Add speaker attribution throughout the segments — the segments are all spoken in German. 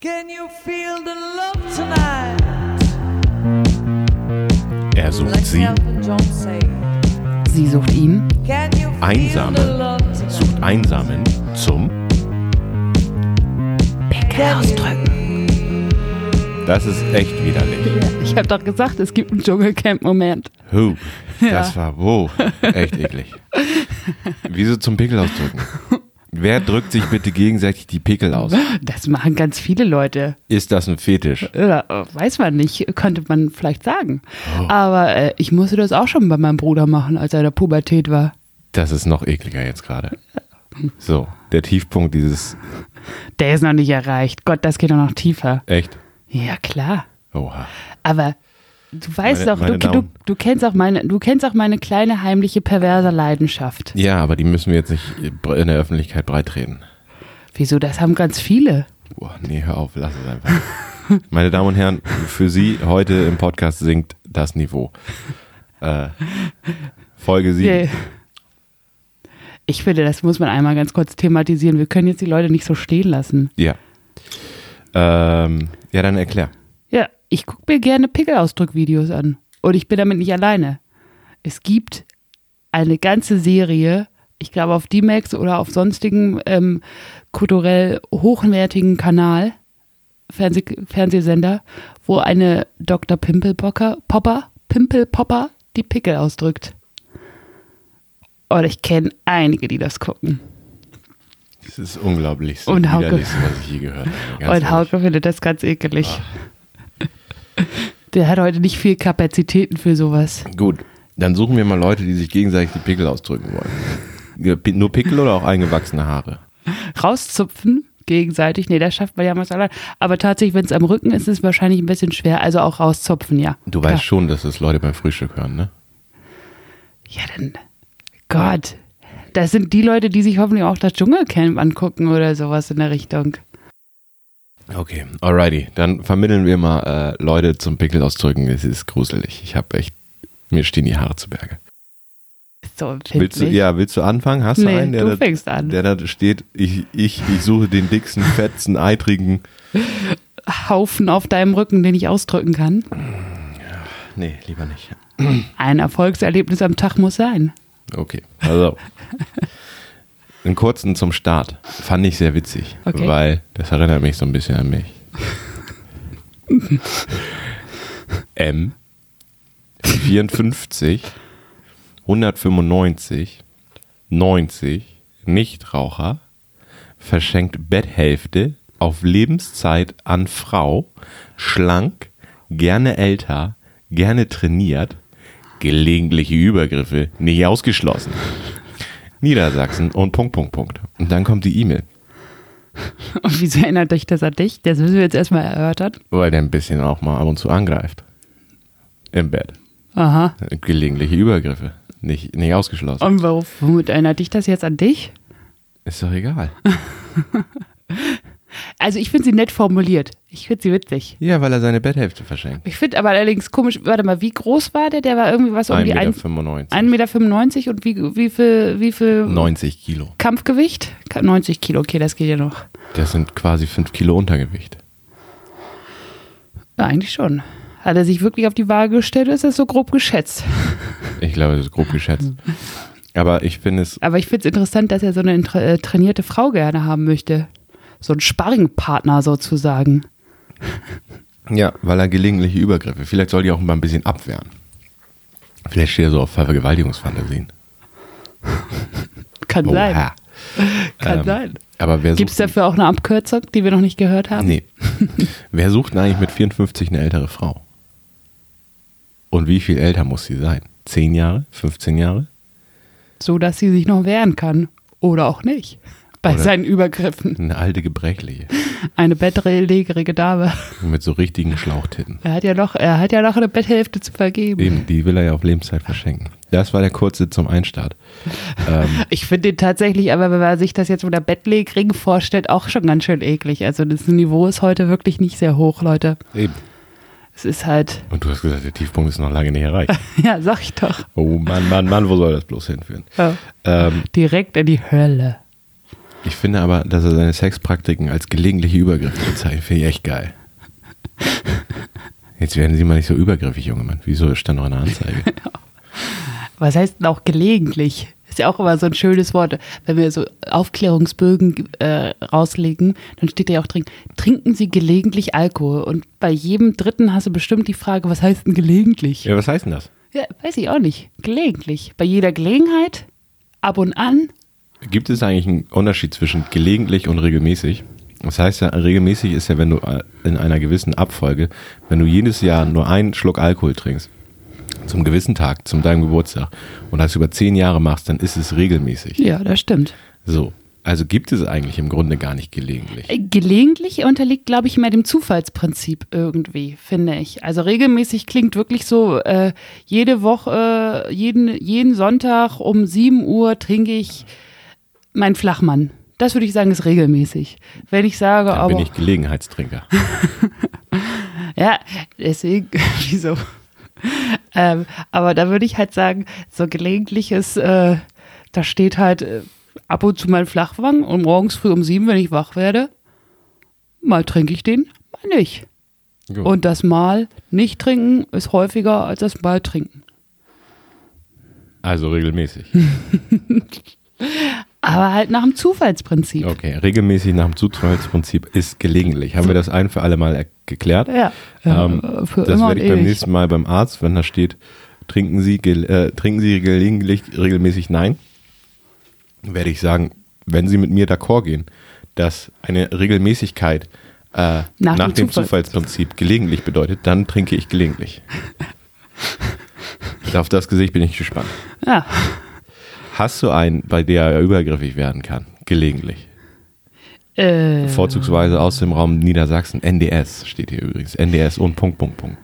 Speaker 1: Can you feel the love tonight?
Speaker 2: Er sucht
Speaker 1: Like
Speaker 2: sie,
Speaker 1: Elton John sang.
Speaker 3: Sie sucht ihn.
Speaker 1: Can you feel
Speaker 2: Einsame
Speaker 1: the love
Speaker 2: sucht
Speaker 1: tonight?
Speaker 2: Einsamen zum.
Speaker 3: Pickel
Speaker 1: Can you-
Speaker 2: Das ist echt widerlich.
Speaker 3: Ich habe doch gesagt, es gibt einen Dschungelcamp-Moment.
Speaker 2: Huh. Das war wow. Echt eklig. Wieso zum Pickel ausdrücken? Wer drückt sich bitte gegenseitig die Pickel aus?
Speaker 3: Das machen ganz viele Leute.
Speaker 2: Ist das ein Fetisch?
Speaker 3: Ja, äh, weiß man nicht, könnte man vielleicht sagen. Aber äh, ich musste das auch schon bei meinem Bruder machen, als er in der Pubertät war.
Speaker 2: Das ist noch ekliger jetzt gerade. So, der Tiefpunkt dieses.
Speaker 3: Der ist noch nicht erreicht. Gott, das geht doch noch tiefer.
Speaker 2: Echt?
Speaker 3: Ja, klar.
Speaker 2: Oha.
Speaker 3: Aber du weißt
Speaker 2: Meine-
Speaker 3: doch,
Speaker 2: meine
Speaker 3: du, du,
Speaker 2: Daumen.
Speaker 3: du, kennst auch meine, du kennst auch meine kleine heimliche perverse Leidenschaft.
Speaker 2: Ja, aber die müssen wir jetzt nicht in der Öffentlichkeit breitreden.
Speaker 3: Wieso, das haben ganz viele.
Speaker 2: Boah, nee, hör auf, lass es einfach. Meine Damen und Herren, für Sie heute im Podcast sinkt das Niveau. Äh, Folge 7.
Speaker 3: Nee. Äh, Ich finde, das muss man einmal ganz kurz thematisieren. Wir können jetzt die Leute nicht so stehen lassen.
Speaker 2: Ja. Ähm, ja, dann erklär.
Speaker 3: Ja, ich gucke mir gerne Pickelausdruck-Videos an. Und ich bin damit nicht alleine. Es gibt eine ganze Serie, ich glaube auf D-Max oder auf sonstigen ähm, kulturell hochwertigen Kanal, Fernseh Fernsehsender, wo eine Dr. Pimpelpocker, Popper, Pimpelpopper die Pickel ausdrückt. Und ich kenne einige, die das gucken.
Speaker 2: Das ist unglaublich.
Speaker 3: Und Hauke.
Speaker 2: Widerlichste, was ich je gehört habe. Ganz
Speaker 3: Und
Speaker 2: ehrlich. Ah.
Speaker 3: Hauke findet das ganz ekelig. Der hat heute nicht viel Kapazitäten für sowas.
Speaker 2: Gut, dann suchen wir mal Leute, die sich gegenseitig die Pickel ausdrücken wollen. Ja, pi- Nur Pickel oder auch eingewachsene Haare?
Speaker 3: Rauszupfen gegenseitig, nee, das schafft man ja mal allein. Aber tatsächlich, wenn es am Rücken ist, ist es wahrscheinlich ein bisschen schwer. Also auch rauszupfen, ja.
Speaker 2: Du
Speaker 3: Klar.
Speaker 2: weißt schon, dass das Leute beim Frühstück hören, ne?
Speaker 3: Ja, dann, Gott. Das sind die Leute, die sich hoffentlich auch das Dschungelcamp angucken oder sowas in der Richtung.
Speaker 2: Okay, alrighty. Dann vermitteln wir mal äh, Leute zum Pickel ausdrücken. Es ist gruselig. Ich habe echt, mir stehen die Haare zu Berge.
Speaker 3: So empfindlich.
Speaker 2: Willst du, ja, willst du anfangen? Hast du
Speaker 3: Nee,
Speaker 2: einen, der,
Speaker 3: du
Speaker 2: da,
Speaker 3: fängst an.
Speaker 2: der da steht? Ich, ich, ich suche den dicksten, fetzen, eitrigen.
Speaker 3: Haufen auf deinem Rücken, den ich ausdrücken kann.
Speaker 2: Nee, lieber nicht.
Speaker 3: Ein Erfolgserlebnis am Tag muss sein.
Speaker 2: Okay, also. Einen kurzen zum Start. Fand ich sehr witzig,
Speaker 3: Okay.
Speaker 2: weil das erinnert mich so ein bisschen an mich. M 54 195 90 Nichtraucher verschenkt Betthälfte auf Lebenszeit an Frau, schlank, gerne älter, gerne trainiert, gelegentliche Übergriffe nicht ausgeschlossen. Niedersachsen und Punkt, Punkt, Punkt. Und dann kommt die E-Mail,
Speaker 3: Und wieso erinnert dich das an dich? Das müssen wir jetzt erstmal erörtern.
Speaker 2: weil der ein bisschen auch mal ab und zu angreift. Im Bett.
Speaker 3: Aha. Oh.
Speaker 2: Gelegentliche Übergriffe. Nicht, nicht ausgeschlossen.
Speaker 3: Und warum- womit erinnert dich das jetzt an dich?
Speaker 2: Ist doch egal.
Speaker 3: Also ich finde sie nett formuliert. Ich finde sie witzig.
Speaker 2: Ja, weil er seine Betthälfte verschenkt.
Speaker 3: Ich finde aber allerdings komisch, warte mal, wie groß war der? Der war irgendwie was um die 1,95
Speaker 2: 1,95 Meter.
Speaker 3: Meter und wie, wie viel, wie viel
Speaker 2: 90 Kilo.
Speaker 3: Kampfgewicht? Ka- 90 Kilo, okay, das geht ja noch.
Speaker 2: Das sind quasi 5 Kilo Untergewicht.
Speaker 3: Ja, eigentlich schon. Hat er sich wirklich auf die Waage gestellt oder ist das so grob geschätzt?
Speaker 2: Ich glaube, das ist grob geschätzt. Aber ich finde es,
Speaker 3: Aber ich finde es interessant, dass er so eine intra- äh, trainierte Frau gerne haben möchte. So einen Sparringpartner sozusagen.
Speaker 2: ja, weil er gelegentliche Übergriffe, vielleicht soll die auch mal ein bisschen abwehren. Vielleicht steht er so auf Vergewaltigungsfantasien.
Speaker 3: Kann sein.
Speaker 2: Oha.
Speaker 3: Kann
Speaker 2: Ähm,
Speaker 3: sein.
Speaker 2: Aber wer
Speaker 3: Gibt es
Speaker 2: sucht,
Speaker 3: dafür auch eine Abkürzung, die wir noch nicht gehört haben?
Speaker 2: nee. wer sucht denn eigentlich mit 54 eine ältere Frau? Und wie viel älter muss sie sein? 10 Jahre? 15 Jahre?
Speaker 3: so dass sie sich noch wehren kann oder auch nicht bei
Speaker 2: Oder-
Speaker 3: seinen Übergriffen.
Speaker 2: Eine alte Gebrechliche.
Speaker 3: Eine bettlägerige Dame.
Speaker 2: Mit so richtigen Schlauchtitten.
Speaker 3: Er hat ja noch, er hat ja noch eine Betthälfte zu vergeben.
Speaker 2: Eben, die will er ja auf Lebenszeit verschenken. Das war der kurze zum Einstart. Ähm,
Speaker 3: Ich finde den tatsächlich, aber wenn man sich das jetzt mit der Bettlägerigen vorstellt, auch schon ganz schön eklig. Also das Niveau ist heute wirklich nicht sehr hoch, Leute.
Speaker 2: eben.
Speaker 3: Es ist halt,
Speaker 2: Und du hast gesagt, der Tiefpunkt ist noch lange nicht erreicht.
Speaker 3: ja, sag ich doch,
Speaker 2: Oh Mann, Mann, Mann, wo soll das bloß hinführen?
Speaker 3: Ja.
Speaker 2: Ähm,
Speaker 3: direkt in die Hölle.
Speaker 2: Ich finde aber, dass er seine Sexpraktiken als gelegentliche Übergriffe bezeichnet. Finde ich echt geil. Jetzt werden Sie mal nicht so übergriffig, junge Mann. Wieso stand noch eine Anzeige?
Speaker 3: Was heißt denn auch gelegentlich? Ist ja auch immer so ein schönes Wort. Wenn wir so Aufklärungsbögen äh, rauslegen, dann steht da ja auch drin, trinken Sie gelegentlich Alkohol. Und bei jedem Dritten hast du bestimmt die Frage, was heißt denn gelegentlich?
Speaker 2: Ja, was heißt denn das?
Speaker 3: Ja, weiß ich auch nicht. Gelegentlich. Bei jeder Gelegenheit, ab und an.
Speaker 2: Gibt es eigentlich einen Unterschied zwischen gelegentlich und regelmäßig? Das heißt ja, regelmäßig ist ja, wenn du äh, in einer gewissen Abfolge, wenn du jedes Jahr nur einen Schluck Alkohol trinkst, zum gewissen Tag, zum deinem Geburtstag, und das über zehn Jahre machst, dann ist es regelmäßig.
Speaker 3: Ja, das stimmt.
Speaker 2: So. Also gibt es eigentlich im Grunde gar nicht gelegentlich.
Speaker 3: Äh, Gelegentlich unterliegt, glaube ich, immer dem Zufallsprinzip irgendwie, finde ich. Also regelmäßig klingt wirklich so, äh, jede Woche, äh, jeden, jeden Sonntag um 7 Uhr trinke ich meinen Flachmann. Das würde ich sagen, ist regelmäßig. Wenn ich sage,
Speaker 2: Dann
Speaker 3: aber.
Speaker 2: bin ich Gelegenheitstrinker.
Speaker 3: Ja, deswegen, wieso? Ähm, aber da würde ich halt sagen, so gelegentliches, äh, da steht halt äh, ab und zu mein Flachwang und morgens früh um sieben, wenn ich wach werde, mal trinke ich den, mal nicht.
Speaker 2: Gut.
Speaker 3: Und das Mal nicht trinken ist häufiger als das Mal trinken.
Speaker 2: Also regelmäßig.
Speaker 3: Aber halt nach dem Zufallsprinzip.
Speaker 2: Okay, regelmäßig nach dem Zufallsprinzip ist gelegentlich. Haben wir das ein für alle Mal er- geklärt?
Speaker 3: Ja, ja,
Speaker 2: Ähm,
Speaker 3: für
Speaker 2: das
Speaker 3: immer und
Speaker 2: werde ich beim
Speaker 3: ewig.
Speaker 2: nächsten Mal beim Arzt, wenn da steht, trinken Sie, gel- äh, trinken Sie gelegentlich regelmäßig Nein, werde ich sagen, wenn Sie mit mir d'accord gehen, dass eine Regelmäßigkeit äh, nach,
Speaker 3: Nach
Speaker 2: dem,
Speaker 3: dem Zufall-
Speaker 2: Zufallsprinzip gelegentlich bedeutet, dann trinke ich gelegentlich. Auf das Gesicht bin ich gespannt.
Speaker 3: Ja.
Speaker 2: Hast du einen, bei der er übergriffig werden kann? Gelegentlich.
Speaker 3: Äh,
Speaker 2: Mhm. Vorzugsweise aus dem Raum Niedersachsen. NDS steht hier übrigens. NDS und Punkt, Punkt, Punkt.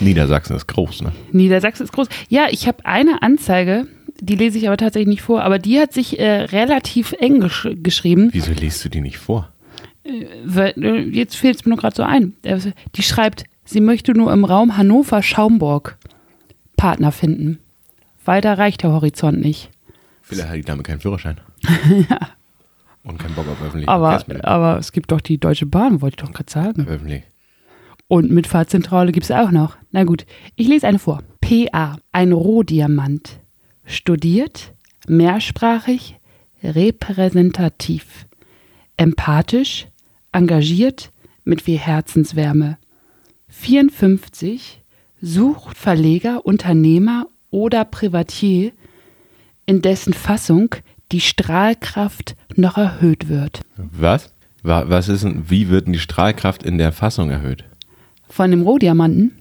Speaker 2: Niedersachsen ist groß, ne?
Speaker 3: Niedersachsen ist groß. Ja, ich habe eine Anzeige, die lese ich aber tatsächlich nicht vor, aber die hat sich äh, relativ eng gesch geschrieben.
Speaker 2: Wieso liest du die nicht vor?
Speaker 3: Weil, äh, Jetzt fehlt es mir nur gerade so ein. Äh, Die schreibt, sie möchte nur im Raum Hannover-Schaumburg Partner finden. Weiter reicht der Horizont nicht.
Speaker 2: Vielleicht hat die Dame keinen Führerschein. Und keinen Bock auf öffentliche
Speaker 3: Aber, äh,
Speaker 2: Verkehrsmittel.
Speaker 3: aber es gibt doch die Deutsche Bahn, wollte ich doch gerade sagen.
Speaker 2: Öffentlich.
Speaker 3: Und mit Fahrzentrale gibt es auch noch. Na gut, ich lese eine vor. PA, ein Rohdiamant. Studiert, mehrsprachig, repräsentativ. Empathisch, engagiert, mit viel Herzenswärme. 54, sucht Verleger, Unternehmer oder Privatier, in dessen Fassung die Strahlkraft noch erhöht wird.
Speaker 2: Was? Wa- Was ist denn, wie wird denn die Strahlkraft in der Fassung erhöht?
Speaker 3: Von dem Rohdiamanten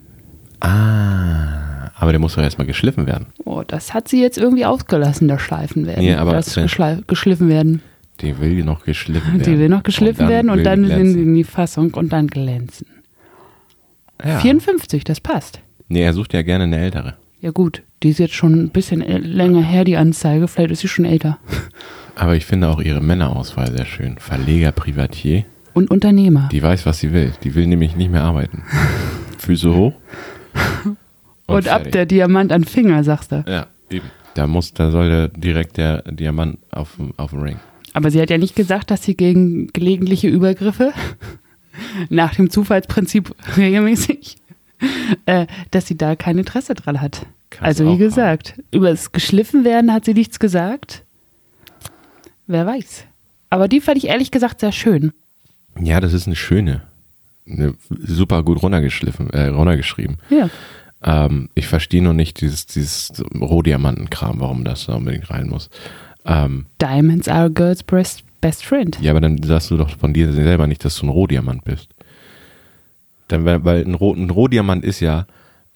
Speaker 3: Ah.
Speaker 2: Aber der muss doch erstmal geschliffen werden.
Speaker 3: Oh, das hat sie jetzt irgendwie ausgelassen, das Schleifen werden.
Speaker 2: Ja, aber-
Speaker 3: das geschlei- geschliffen werden.
Speaker 2: Die will noch geschliffen werden.
Speaker 3: Die will noch geschliffen werden und
Speaker 2: will
Speaker 3: dann
Speaker 2: die
Speaker 3: sind sie
Speaker 2: glänzen.
Speaker 3: in die Fassung und dann glänzen.
Speaker 2: Ja.
Speaker 3: 54, das passt.
Speaker 2: Nee, er sucht ja gerne eine ältere.
Speaker 3: Ja gut, die ist jetzt schon ein bisschen äl- länger her, die Anzeige. Vielleicht ist sie schon älter.
Speaker 2: Aber ich finde auch ihre Männerauswahl sehr schön. Verleger, Privatier.
Speaker 3: Und Unternehmer.
Speaker 2: Die weiß, was sie will. Die will nämlich nicht mehr arbeiten. Füße hoch.
Speaker 3: und ab
Speaker 2: fertig.
Speaker 3: der Diamant an Finger, sagst du.
Speaker 2: Ja, eben. Da muss, da soll der- direkt der Diamant auf, dem- auf dem Ring.
Speaker 3: Aber sie hat ja nicht gesagt, dass sie gegen gelegentliche Übergriffe nach dem Zufallsprinzip regelmäßig, äh, dass sie da kein Interesse dran hat.
Speaker 2: Kann sie
Speaker 3: also
Speaker 2: auch
Speaker 3: wie
Speaker 2: haben.
Speaker 3: gesagt, über das Geschliffenwerden hat sie nichts gesagt. Wer weiß. Aber die fand ich ehrlich gesagt sehr schön.
Speaker 2: Ja, das ist eine schöne. Eine super gut runtergeschliffen, äh, runtergeschrieben.
Speaker 3: Ja.
Speaker 2: Ähm, ich verstehe noch nicht dieses, dieses Rohdiamantenkram, warum das da unbedingt rein muss.
Speaker 3: Diamonds are a girl's best, best friend.
Speaker 2: Ja, aber dann sagst du doch von dir selber nicht, dass du ein Rohdiamant bist. Dann, weil, weil ein, Roh, ein Rohdiamant ist ja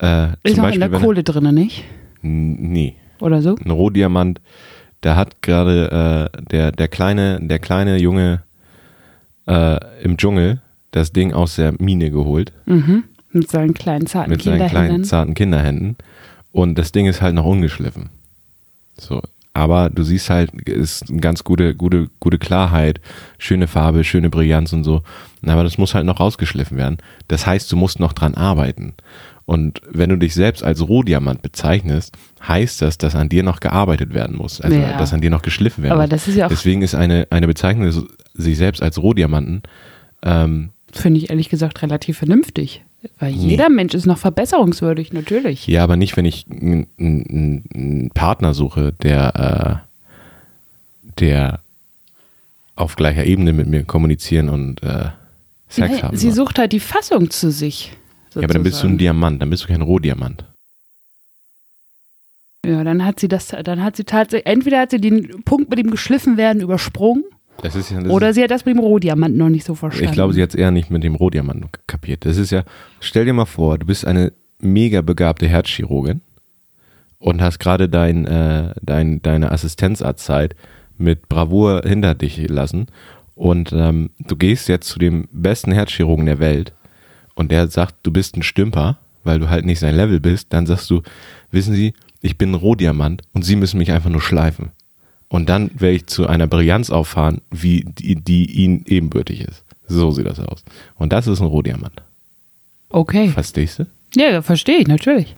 Speaker 2: äh, zum
Speaker 3: Ist noch
Speaker 2: Beispiel,
Speaker 3: in der
Speaker 2: wenn er-
Speaker 3: Kohle drin, nicht?
Speaker 2: N- Nee.
Speaker 3: Oder so?
Speaker 2: ein Rohdiamant, da hat gerade äh, der, der, kleine, der kleine Junge äh, im Dschungel das Ding aus der Mine geholt
Speaker 3: Mit seinen kleinen zarten
Speaker 2: mit seinen kleinen,
Speaker 3: Kinderhänden.
Speaker 2: zarten Kinderhänden. Und das Ding ist halt noch ungeschliffen. So, Aber du siehst halt, ist eine ganz gute, gute, gute Klarheit, schöne Farbe, schöne Brillanz und so. Aber das muss halt noch rausgeschliffen werden. Das heißt, du musst noch dran arbeiten. Und wenn du dich selbst als Rohdiamant bezeichnest, heißt das, dass an dir noch gearbeitet werden muss. Also,
Speaker 3: Ja.
Speaker 2: dass an dir noch geschliffen werden
Speaker 3: Aber
Speaker 2: muss.
Speaker 3: das ist ja auch-
Speaker 2: Deswegen ist eine, eine Bezeichnung des- sich selbst als Rohdiamanten ähm,
Speaker 3: Finde ich ehrlich gesagt relativ vernünftig.
Speaker 2: Mhm.
Speaker 3: Weil jeder Mensch ist noch verbesserungswürdig, natürlich.
Speaker 2: Ja, aber nicht, wenn ich n- n- n- einen Partner suche, der, äh, der auf gleicher Ebene mit mir kommunizieren und äh, Sex
Speaker 3: Nee,
Speaker 2: haben
Speaker 3: sie
Speaker 2: soll.
Speaker 3: sucht halt die Fassung zu sich.
Speaker 2: ja, aber dann bist du ein
Speaker 3: sozusagen.
Speaker 2: Diamant, dann bist du kein Rohdiamant.
Speaker 3: Ja, dann hat sie das, dann hat sie tatsächlich, entweder hat sie den Punkt mit dem Geschliffenwerden übersprungen
Speaker 2: Das ist ja, das
Speaker 3: oder
Speaker 2: ist,
Speaker 3: sie hat das mit dem Rohdiamanten noch nicht so verstanden.
Speaker 2: ich glaube, sie hat es eher nicht mit dem Rohdiamanten kapiert. Das ist ja, stell dir mal vor, du bist eine mega begabte Herzchirurgin und hast gerade dein, äh, dein, deine Assistenzarztzeit mit Bravour hinter dich lassen und ähm, du gehst jetzt zu dem besten Herzchirurgen der Welt und der sagt, du bist ein Stümper, weil du halt nicht sein Level bist, dann sagst du, wissen Sie, ich bin ein Rohdiamant und Sie müssen mich einfach nur schleifen. Und dann werde ich zu einer Brillanz auffahren, wie die, die Ihnen ebenbürtig ist. So sieht das aus. Und das ist ein Rohdiamant.
Speaker 3: okay.
Speaker 2: Verstehst du?
Speaker 3: Ja, verstehe ich, natürlich.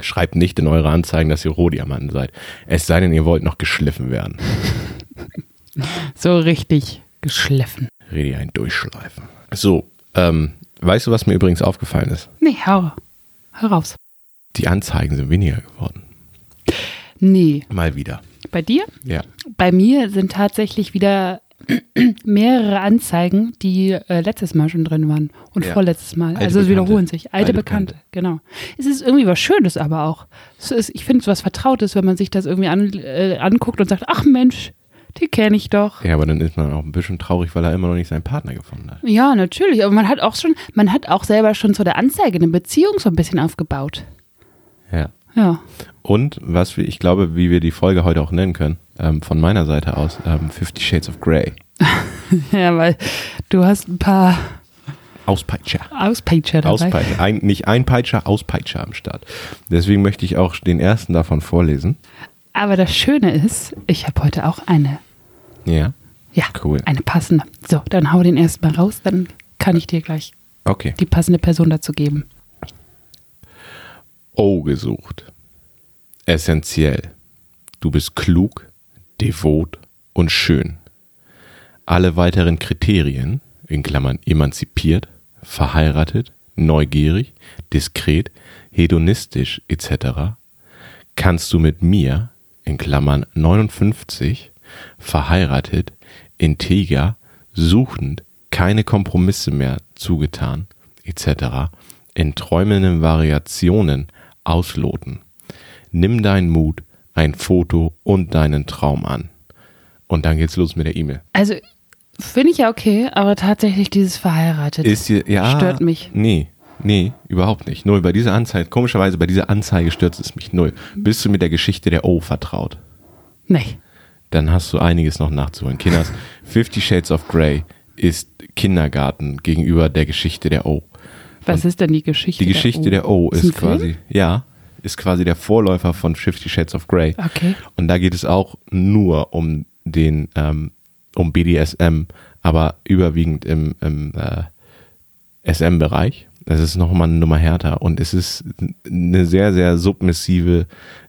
Speaker 2: Schreibt nicht in eure Anzeigen, dass ihr Rohdiamanten seid. Es sei denn, ihr wollt noch geschliffen werden.
Speaker 3: So richtig geschliffen.
Speaker 2: Rede ein Durchschleifen. So, ähm, weißt du, was mir übrigens aufgefallen ist?
Speaker 3: Nee, hau, hau raus.
Speaker 2: Die Anzeigen sind weniger geworden.
Speaker 3: Nee.
Speaker 2: Mal wieder.
Speaker 3: Bei dir?
Speaker 2: Ja.
Speaker 3: Bei mir sind tatsächlich wieder mehrere Anzeigen, die äh, letztes Mal schon drin waren und
Speaker 2: Ja.
Speaker 3: vorletztes Mal.
Speaker 2: Alte
Speaker 3: also es
Speaker 2: Bekannte.
Speaker 3: wiederholen sich. Alte,
Speaker 2: Alte
Speaker 3: Bekannte. genau. Es ist irgendwie was Schönes aber auch. Es ist, ich finde es was Vertrautes, wenn man sich das irgendwie an, äh, anguckt und sagt, ach Mensch, die kenne ich doch.
Speaker 2: Ja, aber dann ist man auch ein bisschen traurig, weil er immer noch nicht seinen Partner gefunden hat.
Speaker 3: Ja, natürlich. Aber man hat auch schon, man hat auch selber schon zu der Anzeige eine Beziehung so ein bisschen aufgebaut.
Speaker 2: Ja.
Speaker 3: Ja.
Speaker 2: Und was wir, ich glaube, wie wir die Folge heute auch nennen können, ähm, von meiner Seite aus, ähm, Fifty Shades of Grey.
Speaker 3: Ja, weil du hast ein paar
Speaker 2: Auspeitscher.
Speaker 3: Auspeitscher dabei.
Speaker 2: Auspeitscher. Ein, nicht ein Peitscher, Auspeitscher am Start. Deswegen möchte ich auch den ersten davon vorlesen.
Speaker 3: Aber das Schöne ist, ich habe heute auch eine
Speaker 2: Ja.
Speaker 3: Ja,
Speaker 2: Cool.
Speaker 3: eine passende. So, dann hau den erstmal raus, dann kann ich dir gleich
Speaker 2: Okay.
Speaker 3: die passende Person dazu geben.
Speaker 2: O gesucht. Essentiell. Du bist klug, devot und schön. Alle weiteren Kriterien, in Klammern emanzipiert, verheiratet, neugierig, diskret, hedonistisch etc., kannst du mit mir, in Klammern 59, verheiratet, integer, suchend, keine Kompromisse mehr zugetan, etc., in träumenden Variationen ausloten. Nimm deinen Mut, ein Foto und deinen Traum an. Und dann geht's los mit der E-Mail.
Speaker 3: Also, finde ich ja okay, aber tatsächlich dieses verheiratet.
Speaker 2: Ist hier, ja.
Speaker 3: Stört mich.
Speaker 2: Nee, nee, überhaupt nicht. Null. Bei dieser Anzeige, komischerweise bei dieser Anzeige stört es mich null. Bist du mit der Geschichte der O vertraut?
Speaker 3: nee.
Speaker 2: dann hast du einiges noch nachzuholen. Kinders, Fifty Shades of Grey ist Kindergarten gegenüber der Geschichte der O.
Speaker 3: Was ist denn die Geschichte?
Speaker 2: Die Geschichte der O
Speaker 3: ein
Speaker 2: ist
Speaker 3: Film?
Speaker 2: quasi, ja, ist quasi der Vorläufer von Fifty Shades of Grey.
Speaker 3: Okay.
Speaker 2: Und da geht es auch nur um den, ähm, um BDSM, aber überwiegend im, im äh, SM-Bereich. Das ist nochmal eine Nummer härter. Und es ist eine sehr, sehr submissive,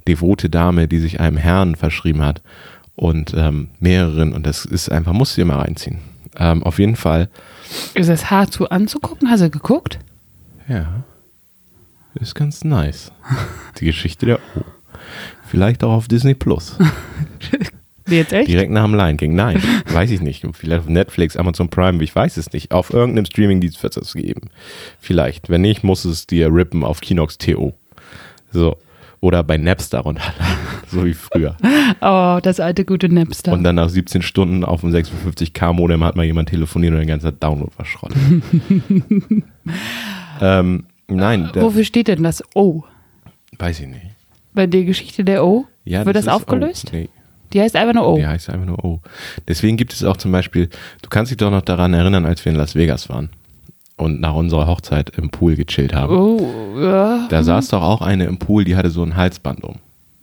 Speaker 2: devote Dame, die sich einem Herrn verschrieben hat und ähm, mehreren. Und das ist einfach, musst du dir mal reinziehen. Ähm, auf jeden Fall,
Speaker 3: Ist das Haar zu anzugucken? Hast du geguckt?
Speaker 2: ja, ist ganz nice. Die Geschichte der O. Vielleicht auch auf Disney Plus.
Speaker 3: Nee, Jetzt echt?
Speaker 2: Direkt nach dem Lion King. Nein, weiß ich nicht. Vielleicht auf Netflix, Amazon Prime, ich weiß es nicht. Auf irgendeinem Streamingdienst wird es geben. Vielleicht. Wenn nicht, muss es dir rippen auf Kinox TO. So. Oder bei Napster runterladen. so wie früher.
Speaker 3: Oh, das alte gute Napster.
Speaker 2: Und dann nach 17 Stunden auf dem 56K-Modem hat mal jemand telefoniert und ein ganzer Download war Schrott. ähm, nein, da,
Speaker 3: Wofür steht denn das O?
Speaker 2: weiß ich nicht.
Speaker 3: Bei der Geschichte der O?
Speaker 2: Ja,
Speaker 3: Wird das,
Speaker 2: ist-
Speaker 3: aufgelöst?
Speaker 2: Oh, nee.
Speaker 3: Die heißt einfach nur O.
Speaker 2: Die heißt einfach nur O. Deswegen gibt es auch zum Beispiel, du kannst dich doch noch daran erinnern, als wir in Las Vegas waren und nach unserer Hochzeit im Pool gechillt haben.
Speaker 3: Oh, ja.
Speaker 2: Da saß doch auch eine im Pool, die hatte so ein Halsband um.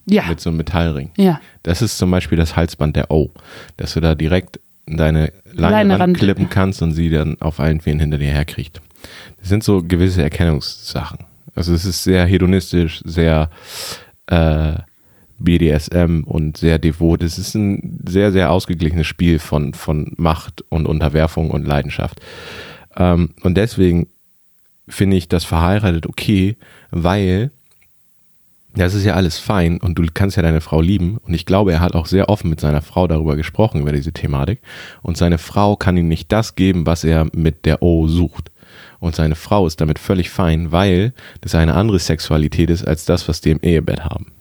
Speaker 3: Ja.
Speaker 2: mit so einem Metallring.
Speaker 3: Ja.
Speaker 2: Das ist zum Beispiel das Halsband der O, dass du da direkt deine
Speaker 3: Leine
Speaker 2: Leine
Speaker 3: ran-
Speaker 2: ranklippen kannst und sie dann auf allen Vieren hinter dir herkriegt. Das sind so gewisse Erkennungssachen. Also es ist sehr hedonistisch, sehr äh, BDSM und sehr devot. Es ist ein sehr, sehr ausgeglichenes Spiel von, von Macht und Unterwerfung und Leidenschaft. Ähm, und deswegen finde ich das verheiratet okay, weil das ist ja alles fein und du kannst ja deine Frau lieben. Und ich glaube, er hat auch sehr offen mit seiner Frau darüber gesprochen, über diese Thematik. Und seine Frau kann ihm nicht das geben, was er mit der O sucht. Und seine Frau ist damit völlig fein, weil das eine andere Sexualität ist als das, was die im Ehebett haben.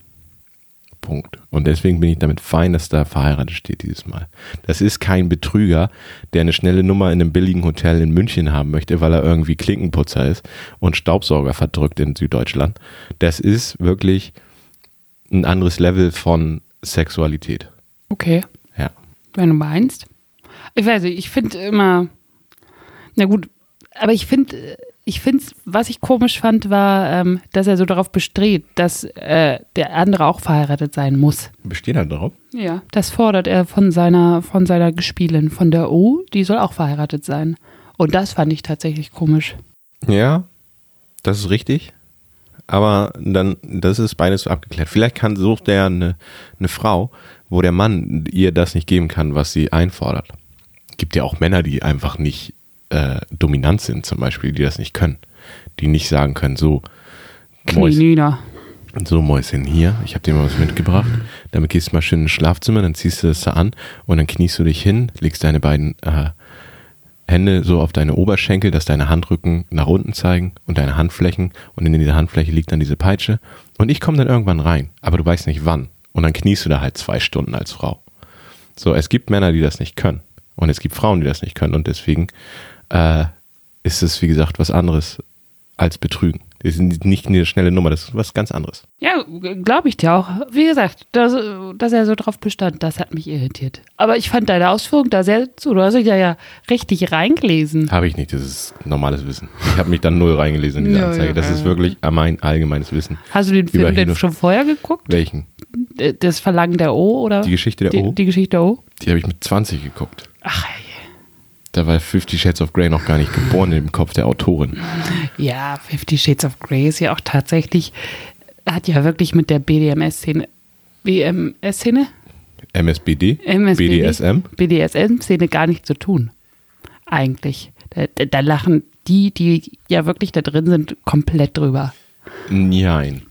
Speaker 2: Punkt. Und deswegen bin ich damit fein, dass da verheiratet steht dieses Mal. Das ist kein Betrüger, der eine schnelle Nummer in einem billigen Hotel in München haben möchte, weil er irgendwie Klinkenputzer ist und Staubsauger verdrückt in Süddeutschland. Das ist wirklich ein anderes Level von Sexualität.
Speaker 3: Okay.
Speaker 2: Ja.
Speaker 3: Wenn du meinst. Ich weiß nicht, ich finde immer, na gut, aber ich finde, ich find's, was ich komisch fand, war, ähm, dass er so darauf besteht, dass äh, der andere auch verheiratet sein muss.
Speaker 2: Besteht er darauf?
Speaker 3: Ja. Das fordert er von seiner, von seiner Gespielin, von der O, die soll auch verheiratet sein. Und das fand ich tatsächlich komisch.
Speaker 2: Ja, das ist richtig. Aber dann, das ist beides so abgeklärt. Vielleicht kann, sucht er eine, eine Frau, wo der Mann ihr das nicht geben kann, was sie einfordert. Gibt ja auch Männer, die einfach nicht äh, dominant sind, zum Beispiel, die das nicht können. Die nicht sagen können, so,
Speaker 3: Knie nieder.
Speaker 2: so, Mäuschen, hier, ich habe dir mal was mitgebracht. Damit gehst du mal schön ins Schlafzimmer, dann ziehst du das da an und dann kniest du dich hin, legst deine beiden äh, Hände so auf deine Oberschenkel, dass deine Handrücken nach unten zeigen und deine Handflächen und in dieser Handfläche liegt dann diese Peitsche. Und ich komme dann irgendwann rein, aber du weißt nicht wann. Und dann kniest du da halt zwei Stunden als Frau. So, es gibt Männer, die das nicht können. Und es gibt Frauen, die das nicht können. Und deswegen äh, ist es, wie gesagt, was anderes als Betrügen. Das ist nicht eine schnelle Nummer, das ist was ganz anderes.
Speaker 3: Ja, glaube ich dir auch. Wie gesagt, dass, dass er so drauf bestand, das hat mich irritiert. Aber ich fand deine Ausführung da sehr zu. Du hast dich da ja richtig reingelesen.
Speaker 2: Habe ich nicht, das ist normales Wissen. Ich habe mich dann null reingelesen in diese
Speaker 3: Ja, äh.
Speaker 2: Anzeige.
Speaker 3: ja,
Speaker 2: das
Speaker 3: ja.
Speaker 2: ist wirklich mein allgemeines Wissen.
Speaker 3: Hast du den
Speaker 2: Über
Speaker 3: Film denn
Speaker 2: Hino-
Speaker 3: schon vorher geguckt?
Speaker 2: Welchen?
Speaker 3: D- Das Verlangen der O oder?
Speaker 2: Die Geschichte der
Speaker 3: Ah, die,
Speaker 2: O?
Speaker 3: Die Geschichte der O?
Speaker 2: Die habe ich mit 20 geguckt.
Speaker 3: Ach,
Speaker 2: Da war Fifty Shades of Grey noch gar nicht geboren im Kopf der Autorin.
Speaker 3: ja, Fifty Shades of Grey ist ja auch tatsächlich, hat ja wirklich mit der BDMS-Szene, BMS-Szene?
Speaker 2: MSBD?
Speaker 3: MSBD?
Speaker 2: BDSM?
Speaker 3: BDSM-Szene gar nicht zu tun. Eigentlich. Da, da, da lachen die, die ja wirklich da drin sind, komplett drüber.
Speaker 2: Nein.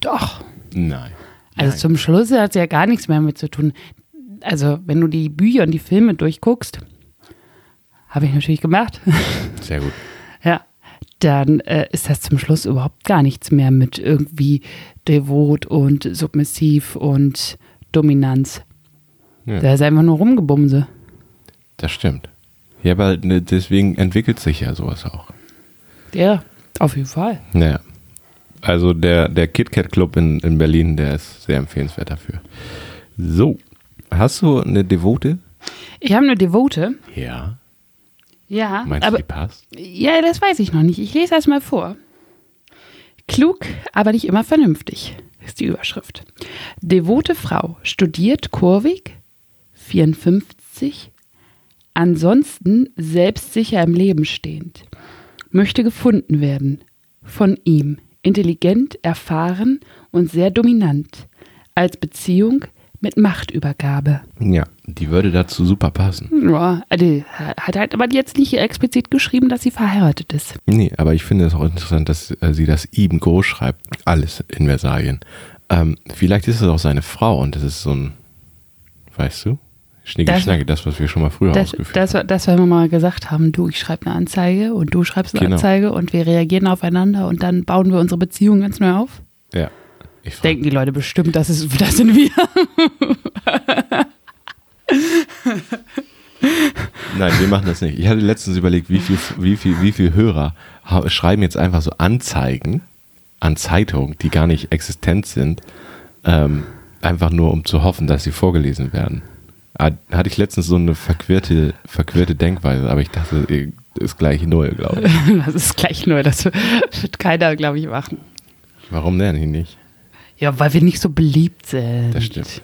Speaker 3: Doch.
Speaker 2: Nein.
Speaker 3: Also
Speaker 2: Nein.
Speaker 3: zum Schluss hat es ja gar nichts mehr mit zu tun. Also, wenn du die Bücher und die Filme durchguckst, habe ich natürlich gemacht.
Speaker 2: Sehr gut.
Speaker 3: Ja, dann äh, ist das zum Schluss überhaupt gar nichts mehr mit irgendwie devot und submissiv und Dominanz.
Speaker 2: Ja.
Speaker 3: Da ist einfach nur rumgebumse.
Speaker 2: Das stimmt. Ja, aber ne, deswegen entwickelt sich ja sowas auch.
Speaker 3: Ja, auf jeden Fall.
Speaker 2: Naja. Also der, der KitKat Club in, in Berlin, der ist sehr empfehlenswert dafür. So. Hast du eine Devote?
Speaker 3: Ich habe eine Devote.
Speaker 2: Ja.
Speaker 3: Ja,
Speaker 2: Meinst
Speaker 3: aber
Speaker 2: du, die passt?
Speaker 3: ja, das weiß ich noch nicht. Ich lese das mal vor. Klug, aber nicht immer vernünftig, ist die Überschrift. Devote Frau studiert kurvig, 54, ansonsten selbstsicher im Leben stehend. Möchte gefunden werden. Von ihm. Intelligent, erfahren und sehr dominant. Als Beziehung mit Machtübergabe.
Speaker 2: Ja. Die würde dazu super passen.
Speaker 3: Ja, die hat halt aber jetzt nicht explizit geschrieben, dass sie verheiratet ist.
Speaker 2: Nee, aber ich finde es auch interessant, dass äh, sie das eben groß schreibt. Alles in Versalien. Ähm, vielleicht ist es auch seine Frau und das ist so ein, weißt du,
Speaker 3: Das-
Speaker 2: Schnicke-Schnacke, das, was wir schon mal früher
Speaker 3: Das,
Speaker 2: ausgeführt
Speaker 3: das, war- das, weil wir mal gesagt haben, du, ich schreibe eine Anzeige und du schreibst eine
Speaker 2: Genau.
Speaker 3: Anzeige und wir reagieren aufeinander und dann bauen wir unsere Beziehung ganz neu auf.
Speaker 2: haben. Ja. Ich frag,
Speaker 3: Denken die Leute bestimmt, das, ist, das sind wir.
Speaker 2: nein, wir machen das nicht. Ich hatte letztens überlegt, wie viel, wie viel, wie viel Hörer ha- schreiben jetzt einfach so Anzeigen an Zeitungen, die gar nicht existent sind, ähm, einfach nur um zu hoffen, dass sie vorgelesen werden. Ah, Hatte ich letztens so eine verquirlte, verquirlte Denkweise, aber ich dachte, eh, ist gleich null, glaube ich.
Speaker 3: Das ist gleich neu, das wird keiner, glaube ich, machen.
Speaker 2: Warum denn nicht?
Speaker 3: Ja, Ja, weil wir nicht so beliebt sind.
Speaker 2: Das stimmt.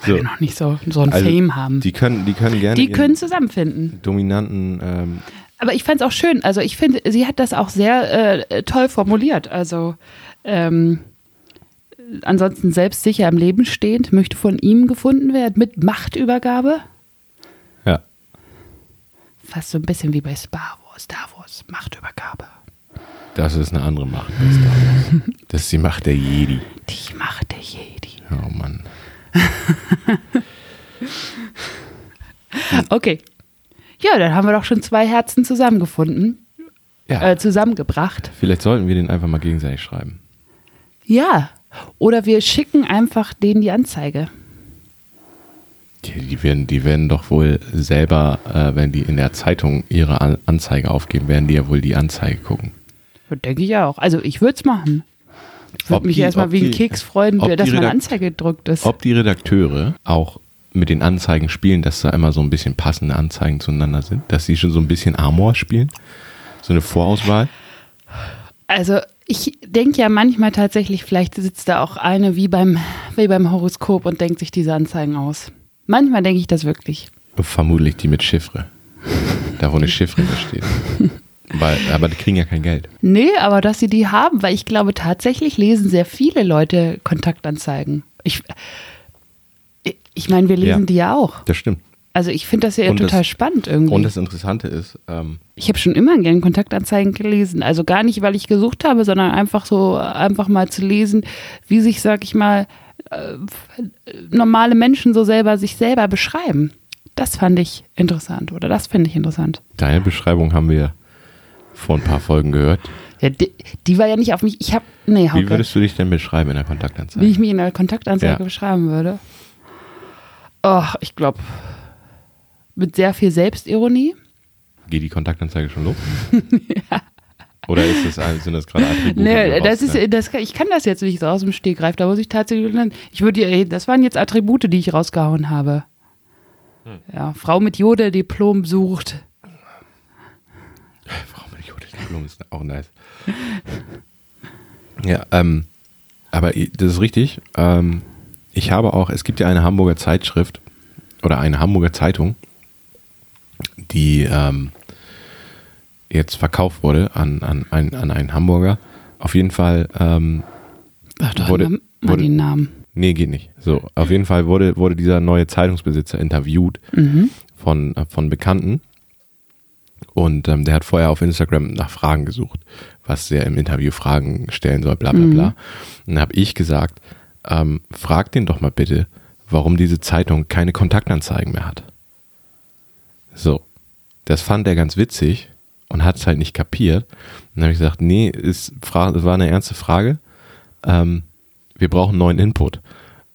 Speaker 3: Weil
Speaker 2: So,
Speaker 3: wir noch nicht so, so ein
Speaker 2: also,
Speaker 3: Fame haben. Die,
Speaker 2: Die können, die können gerne ihren
Speaker 3: können zusammenfinden.
Speaker 2: dominanten ähm,
Speaker 3: Aber ich fand es auch schön. Also ich finde, sie hat das auch sehr äh, toll formuliert. Also ähm, ansonsten selbstsicher im Leben stehend, möchte von ihm gefunden werden mit Machtübergabe.
Speaker 2: ja.
Speaker 3: Fast so ein bisschen wie bei Star Wars. Star Wars, Machtübergabe.
Speaker 2: Das ist eine andere Macht. als Star Wars. Das ist die Macht der Jedi.
Speaker 3: Die Macht der Jedi.
Speaker 2: Oh Mann.
Speaker 3: Okay. Ja, dann haben wir doch schon zwei Herzen zusammengefunden,
Speaker 2: Ja,
Speaker 3: äh, zusammengebracht.
Speaker 2: vielleicht sollten wir den einfach mal gegenseitig schreiben.
Speaker 3: Ja. Oder wir schicken einfach denen die Anzeige.
Speaker 2: Die, die, werden, die werden doch wohl selber, äh, wenn die in der Zeitung ihre An Anzeige aufgeben, werden die ja wohl die Anzeige gucken.
Speaker 3: Das denke ich auch. Also ich würde es machen. Ich
Speaker 2: Ob
Speaker 3: würde mich
Speaker 2: die-
Speaker 3: erstmal
Speaker 2: ob
Speaker 3: wie
Speaker 2: die-
Speaker 3: ein Keks freuen,
Speaker 2: ob
Speaker 3: dass
Speaker 2: die
Speaker 3: meine
Speaker 2: Redakt-
Speaker 3: Anzeige gedruckt ist.
Speaker 2: Ob die Redakteure auch mit den Anzeigen spielen, dass da immer so ein bisschen passende Anzeigen zueinander sind, dass sie schon so ein bisschen Amor spielen, so eine Vorauswahl.
Speaker 3: Also ich denke ja manchmal tatsächlich, vielleicht sitzt da auch eine wie beim, wie beim Horoskop und denkt sich diese Anzeigen aus. Manchmal denke ich das wirklich.
Speaker 2: Vermutlich die mit Chiffre. Da wo eine Chiffre da steht. Weil, aber die kriegen ja kein Geld.
Speaker 3: Nee, aber dass sie die haben, weil ich glaube tatsächlich lesen sehr viele Leute Kontaktanzeigen. Ich, ich meine, wir lesen
Speaker 2: Ja.
Speaker 3: die ja auch.
Speaker 2: Das stimmt.
Speaker 3: Also ich finde das ja
Speaker 2: Und das-
Speaker 3: total spannend irgendwie.
Speaker 2: Und das Interessante ist, ähm,
Speaker 3: Ich habe schon immer gern Kontaktanzeigen gelesen. Also gar nicht, weil ich gesucht habe, sondern einfach so, einfach mal zu lesen, wie sich, sag ich mal, äh, normale Menschen so selber sich selber beschreiben. Das fand ich interessant oder das finde ich interessant.
Speaker 2: deine Beschreibung haben wir vor ein paar Folgen gehört.
Speaker 3: Ja, die, die war ja nicht auf mich. Ich habe, nee, Hauke,
Speaker 2: Wie würdest du dich denn beschreiben in der Kontaktanzeige?
Speaker 3: wie ich mich in einer Kontaktanzeige
Speaker 2: Ja.
Speaker 3: beschreiben würde. Ach, ich glaube, mit sehr viel Selbstironie.
Speaker 2: Geht die Kontaktanzeige schon los? Oder ist das, ein- sind das gerade Attribute? die
Speaker 3: Nee,
Speaker 2: wir
Speaker 3: das ist,
Speaker 2: rausnehmen?
Speaker 3: das, kann- ich kann das jetzt nicht so aus dem Stegreif. Da muss ich tatsächlich, ich würde, dir- das waren jetzt Attribute, die ich rausgehauen habe. Ja, Frau mit Jode, Diplom sucht.
Speaker 2: Frau mit Jodeldiplom ist auch nice. Ja, ähm, aber i- das ist richtig. Ähm, ich habe auch, es gibt ja eine Hamburger Zeitschrift oder eine Hamburger Zeitung, die ähm, jetzt verkauft wurde an, an, ein, an einen Hamburger. Auf jeden Fall ähm,
Speaker 3: Ach doch,
Speaker 2: Wurde-
Speaker 3: mal, mal
Speaker 2: wurde-
Speaker 3: den Namen.
Speaker 2: Nee, geht nicht. So, auf jeden Fall wurde, wurde dieser neue Zeitungsbesitzer interviewt von, äh, von Bekannten. Und ähm, der hat vorher auf Instagram nach Fragen gesucht, was er im Interview Fragen stellen soll, bla bla bla. Und dann habe ich gesagt, ähm, frag den doch mal bitte, warum diese Zeitung keine Kontaktanzeigen mehr hat. So, das fand er ganz witzig und hat es halt nicht kapiert. Und dann habe ich gesagt, nee, ist, fra- das war eine ernste Frage Ähm, wir brauchen neuen Input.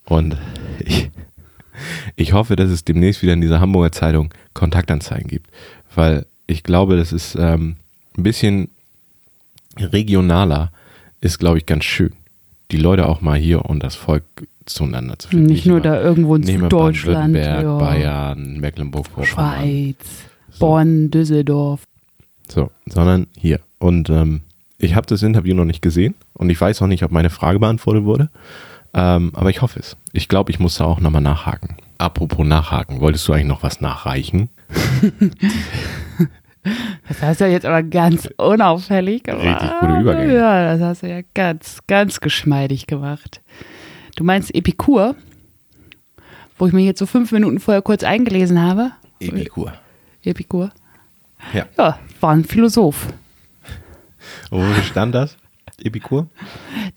Speaker 2: Und ich, ich hoffe, dass es demnächst wieder in dieser Hamburger Zeitung Kontaktanzeigen gibt. Weil ich glaube, das ist ähm, ein bisschen regionaler, ist, glaube ich, ganz schön. Die Leute auch mal hier und das Volk zueinander zu finden.
Speaker 3: Nicht nur da irgendwo in
Speaker 2: nicht immer
Speaker 3: Deutschland,
Speaker 2: Baden-Württemberg,
Speaker 3: ja.
Speaker 2: Bayern, Mecklenburg-Vorpommern.
Speaker 3: Schweiz, Bonn, Düsseldorf.
Speaker 2: So, sondern hier. Und ähm, ich habe das Interview noch nicht gesehen und ich weiß auch nicht, ob meine Frage beantwortet wurde. Ähm, aber ich hoffe es. Ich glaube, ich muss da auch nochmal nachhaken. Apropos nachhaken, wolltest du eigentlich noch was nachreichen?
Speaker 3: Das hast du ja jetzt aber ganz unauffällig gemacht.
Speaker 2: Richtig gute Übergänge.
Speaker 3: Ja, das hast du ja ganz, ganz geschmeidig gemacht. Du meinst Epikur, wo ich mir jetzt so fünf Minuten vorher kurz eingelesen habe?
Speaker 2: Epikur.
Speaker 3: Epikur.
Speaker 2: Ja.
Speaker 3: Ja, war ein Philosoph.
Speaker 2: Und wo stand das? Epikur?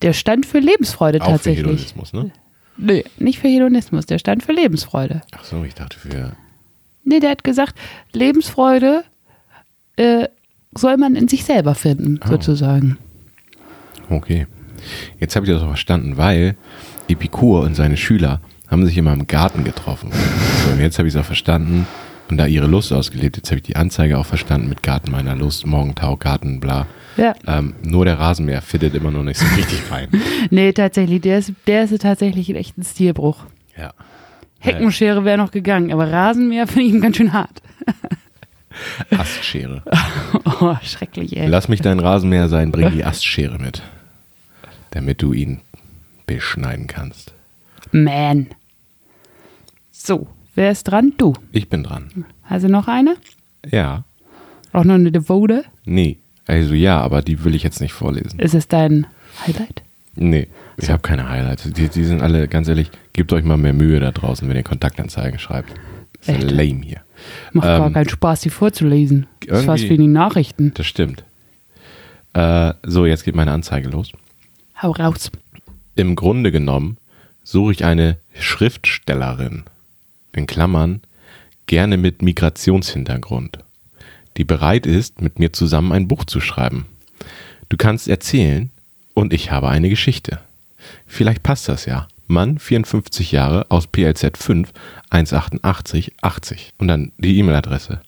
Speaker 3: Der stand für Lebensfreude
Speaker 2: Auch für
Speaker 3: tatsächlich.
Speaker 2: Hedonismus, ne?
Speaker 3: Nee, nicht für Hedonismus, der stand für Lebensfreude.
Speaker 2: Ach so, ich dachte für.
Speaker 3: Nee, der hat gesagt, Lebensfreude äh, soll man in sich selber finden,
Speaker 2: Oh.
Speaker 3: sozusagen.
Speaker 2: Okay. Jetzt habe ich das auch verstanden, weil Epikur und seine Schüler haben sich immer im Garten getroffen. So, und jetzt habe ich es auch verstanden und da ihre Lust ausgelebt. Jetzt habe ich die Anzeige auch verstanden mit Garten meiner Lust, Morgentau, Garten, bla.
Speaker 3: Ja.
Speaker 2: Ähm, nur der Rasenmäher fittet immer noch nicht so richtig rein.
Speaker 3: Nee, tatsächlich, der ist, der ist tatsächlich echt ein Stilbruch.
Speaker 2: Ja.
Speaker 3: Heckenschere wäre noch gegangen, aber Rasenmäher finde ich ihm ganz schön hart.
Speaker 2: Astschere.
Speaker 3: Oh, schrecklich, ey.
Speaker 2: Lass mich dein Rasenmäher sein, bring die Astschere mit. Damit du ihn beschneiden kannst.
Speaker 3: Man. So, wer ist dran? Du.
Speaker 2: Ich bin dran.
Speaker 3: Also noch eine?
Speaker 2: Ja.
Speaker 3: Auch noch eine Devote?
Speaker 2: Nee. Also ja, aber die will ich jetzt nicht vorlesen.
Speaker 3: Ist es dein Highlight?
Speaker 2: Nee, ich habe keine Highlights. Die, die sind alle, ganz ehrlich, gebt euch mal mehr Mühe da draußen, wenn ihr Kontaktanzeigen schreibt. Ist ja
Speaker 3: Echt?
Speaker 2: lame hier.
Speaker 3: Macht gar
Speaker 2: Ähm,
Speaker 3: keinen Spaß, die vorzulesen. Ist fast
Speaker 2: irgendwie-
Speaker 3: wie die Nachrichten.
Speaker 2: Das stimmt. Äh, so, jetzt geht meine Anzeige los.
Speaker 3: Hau raus.
Speaker 2: Im Grunde genommen suche ich eine Schriftstellerin, in Klammern, gerne mit Migrationshintergrund, die bereit ist, mit mir zusammen ein Buch zu schreiben. Du kannst erzählen und ich habe eine Geschichte. Vielleicht passt das ja. Mann, 54 Jahre, aus PLZ 5, 188, 80. Und dann die E-Mail-Adresse.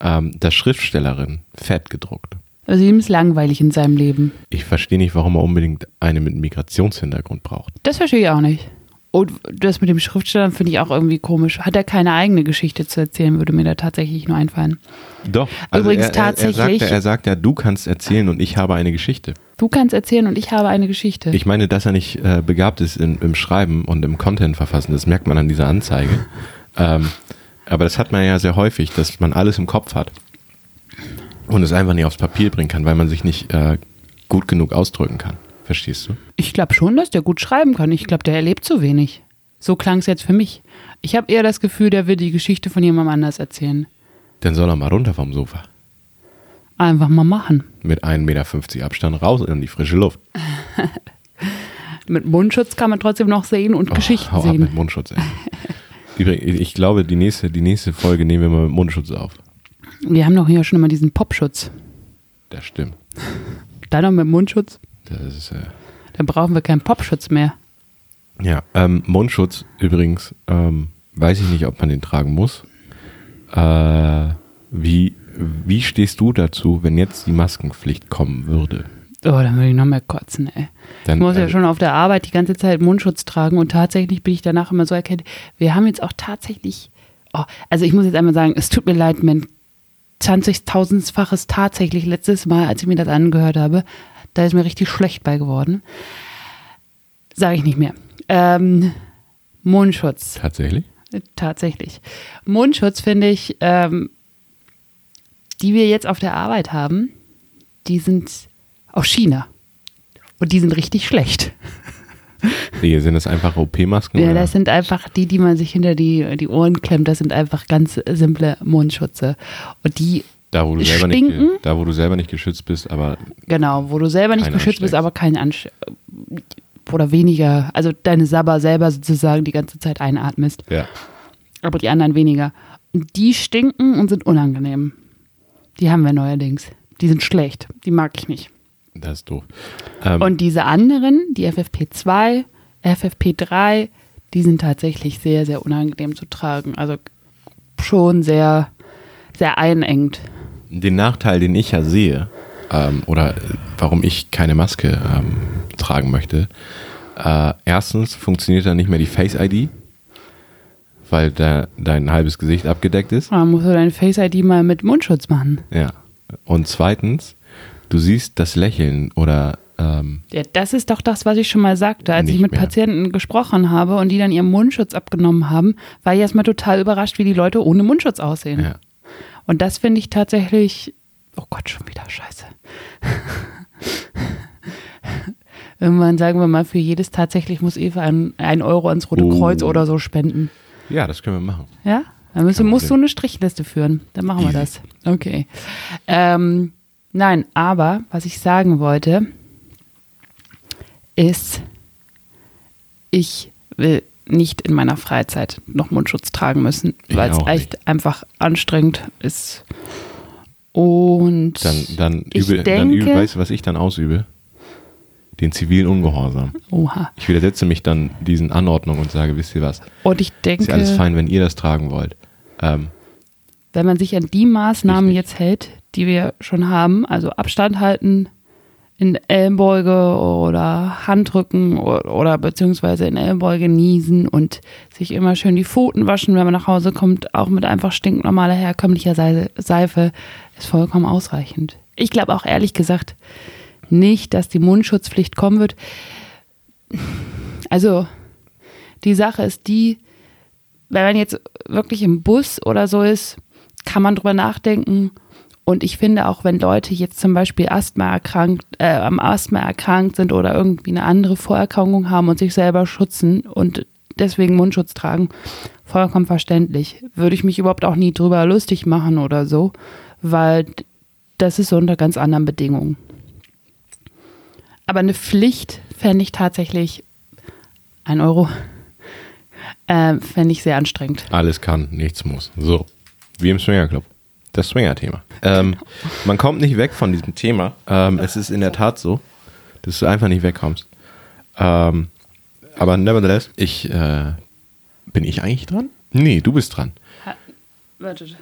Speaker 2: Ähm, das Schriftstellerin, fett gedruckt.
Speaker 3: Also ihm ist langweilig in seinem Leben.
Speaker 2: Ich verstehe nicht, warum er unbedingt eine mit Migrationshintergrund braucht.
Speaker 3: Das verstehe ich auch nicht. Und das mit dem Schriftsteller finde ich auch irgendwie komisch. Hat er keine eigene Geschichte zu erzählen, würde mir da tatsächlich nur einfallen.
Speaker 2: Doch. Also
Speaker 3: Übrigens
Speaker 2: er, er, Er sagt,
Speaker 3: tatsächlich-
Speaker 2: ja- er sagt ja, du kannst erzählen und ich habe eine Geschichte.
Speaker 3: Du kannst erzählen und ich habe eine Geschichte.
Speaker 2: Ich meine, dass er nicht äh, begabt ist in, im Schreiben und im Content verfassen, das merkt man an dieser Anzeige. ähm, aber das hat man ja sehr häufig, dass man alles im Kopf hat und es einfach nicht aufs Papier bringen kann, weil man sich nicht äh, gut genug ausdrücken kann. Verstehst du?
Speaker 3: Ich glaube schon, dass der gut schreiben kann. Ich glaube, der erlebt zu wenig. So klang es jetzt für mich. Ich habe eher das Gefühl, der will die Geschichte von jemandem anders erzählen.
Speaker 2: Dann soll er mal runter vom Sofa.
Speaker 3: Einfach mal machen.
Speaker 2: Mit 1,50 Meter Abstand raus in die frische Luft.
Speaker 3: Mit Mundschutz kann man trotzdem noch sehen und
Speaker 2: Oh,
Speaker 3: Geschichten
Speaker 2: hau ab mit
Speaker 3: sehen.
Speaker 2: Mundschutz. Ey. Übrigens, ich glaube, die nächste, die nächste Folge nehmen wir mal mit Mundschutz auf.
Speaker 3: Wir haben doch hier schon immer diesen Popschutz.
Speaker 2: Das stimmt.
Speaker 3: Dann noch mit Mundschutz.
Speaker 2: Das ist, äh,
Speaker 3: Dann brauchen wir keinen Popschutz mehr.
Speaker 2: ja. Ähm, Mundschutz übrigens, ähm, weiß ich nicht, ob man den tragen muss. Äh, wie, wie stehst du dazu, wenn jetzt die Maskenpflicht kommen würde?
Speaker 3: Oh, dann würde ich noch mehr kotzen, ey.
Speaker 2: Dann-
Speaker 3: ich muss ja
Speaker 2: also-
Speaker 3: schon auf der Arbeit die ganze Zeit Mundschutz tragen und tatsächlich bin ich danach immer so erkennt. Wir haben jetzt auch tatsächlich, oh, also ich muss jetzt einmal sagen, es tut mir leid, mein 20.000-faches tatsächlich letztes Mal, als ich mir das angehört habe, da ist mir richtig schlecht bei geworden. Sage ich nicht mehr. Ähm, Mundschutz.
Speaker 2: Tatsächlich?
Speaker 3: Tatsächlich. Mundschutz finde ich, ähm, die wir jetzt auf der Arbeit haben, die sind aus China. Und die sind richtig schlecht.
Speaker 2: Nee, sind das einfach OP-Masken?
Speaker 3: Ja,
Speaker 2: oder?
Speaker 3: das sind einfach die, die man sich hinter die, die Ohren klemmt. Das sind einfach ganz simple Mundschutze. Und die,
Speaker 2: da, wo du selber nicht, ge-
Speaker 3: stinken?
Speaker 2: da, wo du selber nicht geschützt bist, aber
Speaker 3: genau, wo du selber nicht
Speaker 2: Keine
Speaker 3: geschützt
Speaker 2: ansteckst.
Speaker 3: bist, aber keinen Ansch oder weniger, also deine Sabber selber sozusagen die ganze Zeit einatmest.
Speaker 2: ja.
Speaker 3: aber die anderen weniger. Und die stinken und sind unangenehm. Die haben wir neuerdings. Die sind schlecht. Die mag ich nicht.
Speaker 2: Das ist doof. Ähm,
Speaker 3: Und diese anderen, die FFP2, FFP3, die sind tatsächlich sehr, sehr unangenehm zu tragen. Also schon sehr, sehr einengend.
Speaker 2: den Nachteil, den ich ja sehe, ähm, oder äh, warum ich keine Maske ähm, tragen möchte, äh, erstens funktioniert dann nicht mehr die Face ID, weil da dein halbes Gesicht abgedeckt ist.
Speaker 3: Da musst du deine Face ID mal mit Mundschutz machen.
Speaker 2: Ja. Und zweitens, du siehst das Lächeln oder ähm,
Speaker 3: Ja, das ist doch das, was ich schon mal sagte, als
Speaker 2: Nicht
Speaker 3: ich mit
Speaker 2: mehr.
Speaker 3: Patienten gesprochen habe und die dann ihren Mundschutz abgenommen haben, war ich erstmal total überrascht, wie die Leute ohne Mundschutz aussehen.
Speaker 2: ja.
Speaker 3: Und das finde ich tatsächlich. Oh Gott, schon wieder scheiße. Irgendwann sagen wir mal, für jedes tatsächlich muss Eva ein, ein Euro ans Rote
Speaker 2: Oh.
Speaker 3: Kreuz oder so spenden.
Speaker 2: ja, das können wir machen.
Speaker 3: Ja? Dann müssen,
Speaker 2: Kein
Speaker 3: musst du
Speaker 2: Problem.
Speaker 3: eine Strichliste führen. Dann machen wir
Speaker 2: Easy.
Speaker 3: das. Okay. Ähm, nein, aber was ich sagen wollte, ist, ich will nicht in meiner Freizeit noch Mundschutz tragen müssen,
Speaker 2: Ich
Speaker 3: weil es
Speaker 2: auch
Speaker 3: echt einfach anstrengend ist. Und
Speaker 2: Dann, dann,
Speaker 3: ich
Speaker 2: übe, dann
Speaker 3: denke,
Speaker 2: übe, weißt du, was ich dann ausübe? Den zivilen Ungehorsam.
Speaker 3: oha.
Speaker 2: Ich widersetze mich dann diesen Anordnungen und sage, wisst ihr was,
Speaker 3: Und ich
Speaker 2: ist ja alles
Speaker 3: denke,
Speaker 2: fein, wenn ihr das tragen wollt. Ähm,
Speaker 3: wenn man sich an die Maßnahmen
Speaker 2: Richtig.
Speaker 3: jetzt hält, die wir schon haben, also Abstand halten, in Ellenbeuge oder Handrücken oder, oder beziehungsweise in Ellenbeuge niesen und sich immer schön die Pfoten waschen, wenn man nach Hause kommt, auch mit einfach stinknormaler herkömmlicher Sei- Seife, ist vollkommen ausreichend. Ich glaube auch ehrlich gesagt nicht, dass die Mundschutzpflicht kommen wird. Also die Sache ist die, wenn man jetzt wirklich im Bus oder so ist, kann man drüber nachdenken. Und ich finde auch, wenn Leute jetzt zum Beispiel Asthma erkrankt, äh, am Asthma erkrankt sind oder irgendwie eine andere Vorerkrankung haben und sich selber schützen und deswegen Mundschutz tragen, vollkommen verständlich. Würde ich mich überhaupt auch nie drüber lustig machen oder so, weil das ist so unter ganz anderen Bedingungen. Aber eine Pflicht fände ich tatsächlich ein Euro. Äh, fände ich sehr anstrengend.
Speaker 2: Alles kann, nichts muss. So, wie im Swingerclub. Das Swinger-Thema. Ähm,
Speaker 3: Genau.
Speaker 2: man kommt nicht weg von diesem Thema. Ähm, es ist in der Tat so, dass du einfach nicht wegkommst. Ähm, aber nevertheless, ich, äh, bin ich eigentlich dran? Nee, du bist dran.
Speaker 3: Wartet.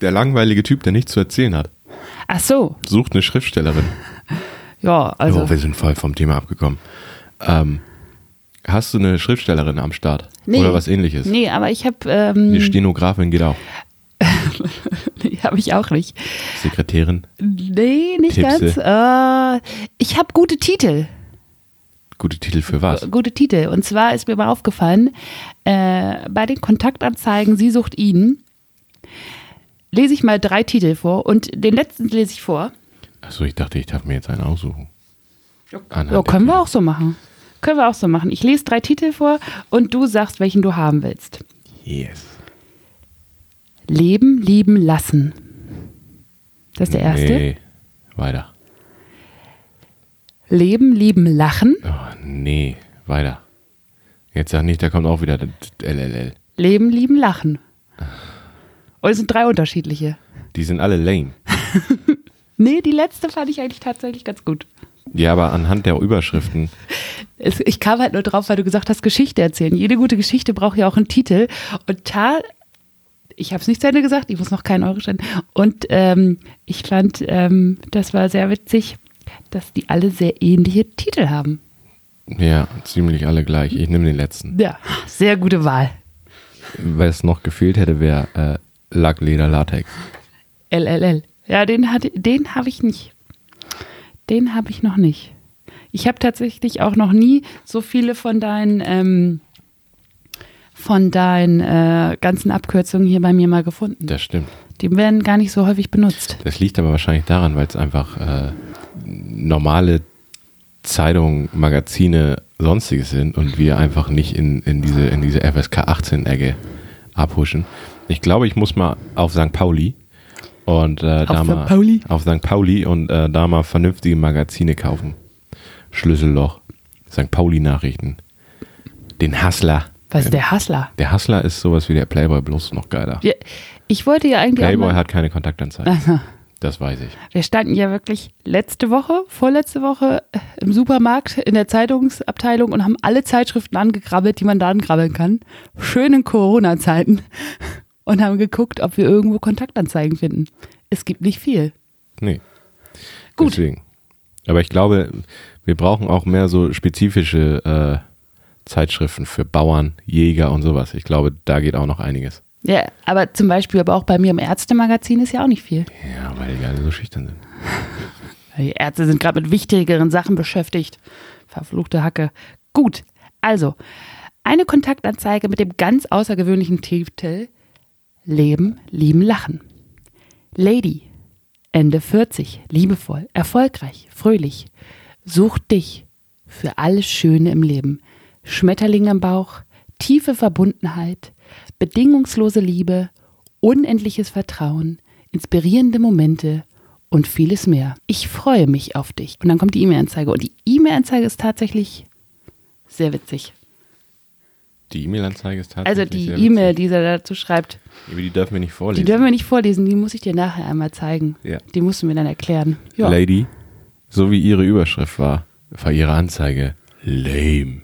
Speaker 2: Der langweilige Typ, der nichts zu erzählen hat,
Speaker 3: Ach so,
Speaker 2: sucht eine Schriftstellerin.
Speaker 3: ja, also.
Speaker 2: oh, wir sind voll vom Thema abgekommen. Ähm, hast du eine Schriftstellerin am Start? Oder was ähnliches?
Speaker 3: Nee, aber ich habe,
Speaker 2: Eine
Speaker 3: ähm,
Speaker 2: Stenografin geht auch.
Speaker 3: nee, habe ich auch nicht.
Speaker 2: Sekretärin,
Speaker 3: Nee, nicht
Speaker 2: Tippse.
Speaker 3: ganz. Äh, ich habe gute Titel.
Speaker 2: gute Titel für was?
Speaker 3: Gute Titel. Und zwar ist mir mal aufgefallen, äh, bei den Kontaktanzeigen Sie sucht ihn, lese ich mal drei Titel vor und den letzten lese ich vor.
Speaker 2: Achso, ich dachte, ich darf mir jetzt einen aussuchen. Anhand
Speaker 3: Ja,
Speaker 2: der Titel.
Speaker 3: können wir auch so machen. Können wir auch so machen. Ich lese drei Titel vor und du sagst, welchen du haben willst.
Speaker 2: Yes.
Speaker 3: Leben, lieben, lassen. Das ist der erste.
Speaker 2: Nee, weiter.
Speaker 3: Leben, lieben, lachen.
Speaker 2: Oh, nee, weiter. Jetzt sag nicht, da kommt auch wieder das LLL.
Speaker 3: Leben, lieben, lachen. Und es sind drei unterschiedliche.
Speaker 2: Die sind alle lame.
Speaker 3: Nee, die letzte fand ich eigentlich tatsächlich ganz gut.
Speaker 2: Ja, aber anhand der Überschriften.
Speaker 3: Es, ich kam halt nur drauf, weil du gesagt hast, Geschichte erzählen. Jede gute Geschichte braucht ja auch einen Titel. Und ta ich habe es nicht zu Ende gesagt, ich muss noch keinen Euro stellen. Und ähm, ich fand, ähm, das war sehr witzig, dass die alle sehr ähnliche Titel haben.
Speaker 2: Ja, ziemlich alle gleich. Ich nehme den letzten.
Speaker 3: Ja, sehr gute Wahl.
Speaker 2: Was noch gefehlt hätte, wäre äh, Lackleder Latex.
Speaker 3: LLL. Ja, den, hatte- den habe ich nicht. Den habe ich noch nicht. Ich habe tatsächlich auch noch nie so viele von deinen, ähm, von deinen äh, ganzen Abkürzungen hier bei mir mal gefunden.
Speaker 2: Das stimmt.
Speaker 3: Die werden gar nicht so häufig benutzt.
Speaker 2: Das liegt aber wahrscheinlich daran, weil es einfach äh, normale Zeitungen, Magazine, sonstiges sind und wir einfach nicht in, in diese, in diese FSK 18-Ecke abhuschen. Ich glaube, ich muss mal auf St. Pauli und äh, da
Speaker 3: St.
Speaker 2: mal
Speaker 3: Pauli?
Speaker 2: auf St. Pauli und äh, da mal vernünftige Magazine kaufen. Schlüsselloch, St. Pauli Nachrichten, den Hustler.
Speaker 3: Was ist der Hassler?
Speaker 2: Der Hustler ist sowas wie der Playboy, bloß noch geiler.
Speaker 3: Wir, ich wollte ja eigentlich. auch
Speaker 2: Playboy
Speaker 3: mal-
Speaker 2: hat keine Kontaktanzeige. Das weiß ich.
Speaker 3: wir standen ja wirklich letzte Woche, vorletzte Woche äh, im Supermarkt in der Zeitungsabteilung und haben alle Zeitschriften angekrabbelt, die man da ankrabbeln kann. Schön in Corona-Zeiten. Und haben geguckt, ob wir irgendwo Kontaktanzeigen finden. Es gibt nicht viel.
Speaker 2: Nee.
Speaker 3: Gut.
Speaker 2: Deswegen. Aber ich glaube, wir brauchen auch mehr so spezifische äh, Zeitschriften für Bauern, Jäger und sowas. Ich glaube, da geht auch noch einiges.
Speaker 3: Ja, aber zum Beispiel, aber auch bei mir im Ärztemagazin ist ja auch nicht viel.
Speaker 2: Ja, weil die alle so schüchtern sind.
Speaker 3: Die Ärzte sind gerade mit wichtigeren Sachen beschäftigt. Verfluchte Hacke. Gut, also eine Kontaktanzeige mit dem ganz außergewöhnlichen Titel Leben, lieben, lachen. Lady, Ende 40, liebevoll, erfolgreich, fröhlich, sucht dich für alles Schöne im Leben. Schmetterlinge im Bauch, tiefe Verbundenheit, bedingungslose Liebe, unendliches Vertrauen, inspirierende Momente und vieles mehr. Ich freue mich auf dich. Und dann kommt die E-Mail-Anzeige. Und die E-Mail-Anzeige ist tatsächlich sehr witzig.
Speaker 2: Die E-Mail-Anzeige ist tatsächlich.
Speaker 3: Also die
Speaker 2: sehr witzig.
Speaker 3: E-Mail, die er dazu schreibt,
Speaker 2: Aber Die dürfen wir nicht
Speaker 3: die
Speaker 2: vorlesen.
Speaker 3: dürfen wir nicht vorlesen, die muss ich dir nachher einmal zeigen.
Speaker 2: Ja.
Speaker 3: Die musst du mir dann erklären. Ja.
Speaker 2: Lady, so wie ihre Überschrift war, war ihre Anzeige lame.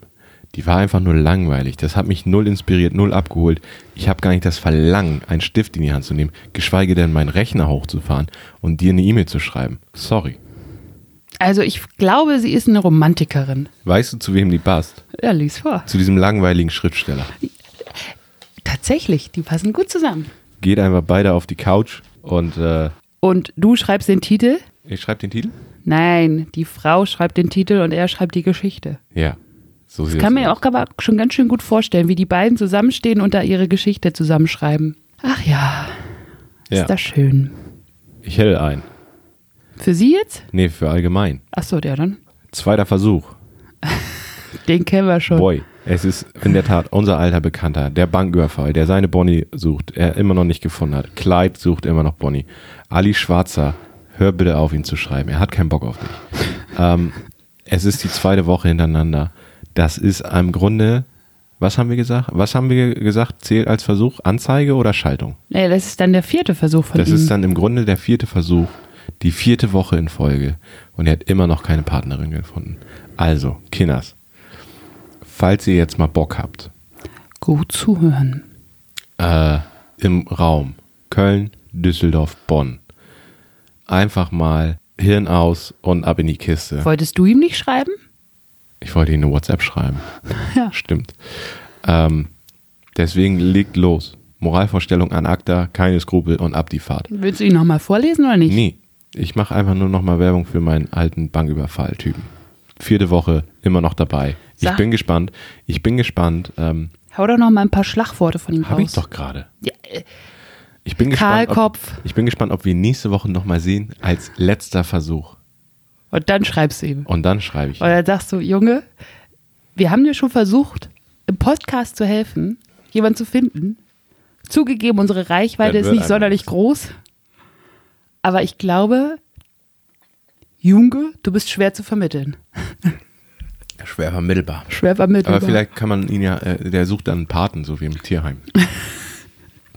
Speaker 2: Die war einfach nur langweilig. Das hat mich null inspiriert, null abgeholt. Ich habe gar nicht das Verlangen, einen Stift in die Hand zu nehmen, geschweige denn meinen Rechner hochzufahren und dir eine E-Mail zu schreiben. Sorry.
Speaker 3: Also ich glaube, sie ist eine Romantikerin.
Speaker 2: Weißt du, zu wem die passt?
Speaker 3: Ja, lies vor.
Speaker 2: Zu diesem langweiligen Schriftsteller.
Speaker 3: Tatsächlich, die passen gut zusammen.
Speaker 2: Geht einfach beide auf die Couch und äh,
Speaker 3: Und du schreibst den Titel?
Speaker 2: ich schreibe den Titel?
Speaker 3: Nein, die Frau schreibt den Titel und er schreibt die Geschichte.
Speaker 2: Ja. So
Speaker 3: Ich kann mir
Speaker 2: aus.
Speaker 3: auch aber schon ganz schön gut vorstellen, wie die beiden zusammenstehen und da ihre Geschichte zusammenschreiben. Ach ja, ist
Speaker 2: ja.
Speaker 3: das schön.
Speaker 2: Ich hell ein.
Speaker 3: Für sie jetzt?
Speaker 2: Nee, für allgemein.
Speaker 3: Achso, ja dann.
Speaker 2: Zweiter Versuch.
Speaker 3: Den kennen wir schon.
Speaker 2: Boy, es ist in der Tat unser alter Bekannter, der Banküberfall, der seine Bonnie sucht, er immer noch nicht gefunden hat. Clyde sucht immer noch Bonnie. Ali Schwarzer, hör bitte auf, ihn zu schreiben. Er hat keinen Bock auf dich. ähm, es ist die zweite Woche hintereinander. Das ist im Grunde, was haben wir gesagt? Was haben wir gesagt, zählt als Versuch? Anzeige oder Schaltung?
Speaker 3: Nee, das ist dann der vierte Versuch von
Speaker 2: Das
Speaker 3: ihm.
Speaker 2: ist dann im Grunde der vierte Versuch, die vierte Woche in Folge. Und er hat immer noch keine Partnerin gefunden. Also, Kinders, falls ihr jetzt mal Bock habt,
Speaker 3: gut zuhören.
Speaker 2: äh, im Raum Köln, Düsseldorf, Bonn, einfach mal Hirn aus und ab in die Kiste.
Speaker 3: Wolltest du ihm nicht schreiben?
Speaker 2: Ich wollte Ihnen eine WhatsApp schreiben.
Speaker 3: Ja.
Speaker 2: Stimmt. Ähm, deswegen legt los. Moralvorstellung an ACTA, keine Skrupel und ab die Fahrt.
Speaker 3: Willst du ihn nochmal vorlesen oder nicht?
Speaker 2: Nee, ich mache einfach nur nochmal Werbung für meinen alten Banküberfall-Typen. Vierte Woche, immer noch dabei. Ich
Speaker 3: Sag-
Speaker 2: bin gespannt. Ich bin gespannt. Ähm,
Speaker 3: Hau doch noch mal ein paar Schlagworte von ihm
Speaker 2: Habe ich
Speaker 3: raus.
Speaker 2: doch gerade.
Speaker 3: Ja, äh,
Speaker 2: Ich bin gespannt. Ob,
Speaker 3: Kahlkopf.
Speaker 2: ich bin gespannt, ob wir ihn nächste Woche nochmal sehen als letzter Versuch.
Speaker 3: und dann schreibst du ihm.
Speaker 2: Und dann schreibe ich.
Speaker 3: Und dann sagst du, Junge, wir haben dir schon versucht, im Podcast zu helfen, jemanden zu finden. Zugegeben, unsere Reichweite
Speaker 2: Dann
Speaker 3: ist
Speaker 2: wird
Speaker 3: nicht
Speaker 2: einer
Speaker 3: sonderlich
Speaker 2: nichts.
Speaker 3: groß. Aber ich glaube, Junge, du bist schwer zu vermitteln.
Speaker 2: Schwer vermittelbar.
Speaker 3: Schwer vermittelbar.
Speaker 2: Aber vielleicht kann man ihn ja, äh, der sucht dann einen Paten, so wie im Tierheim.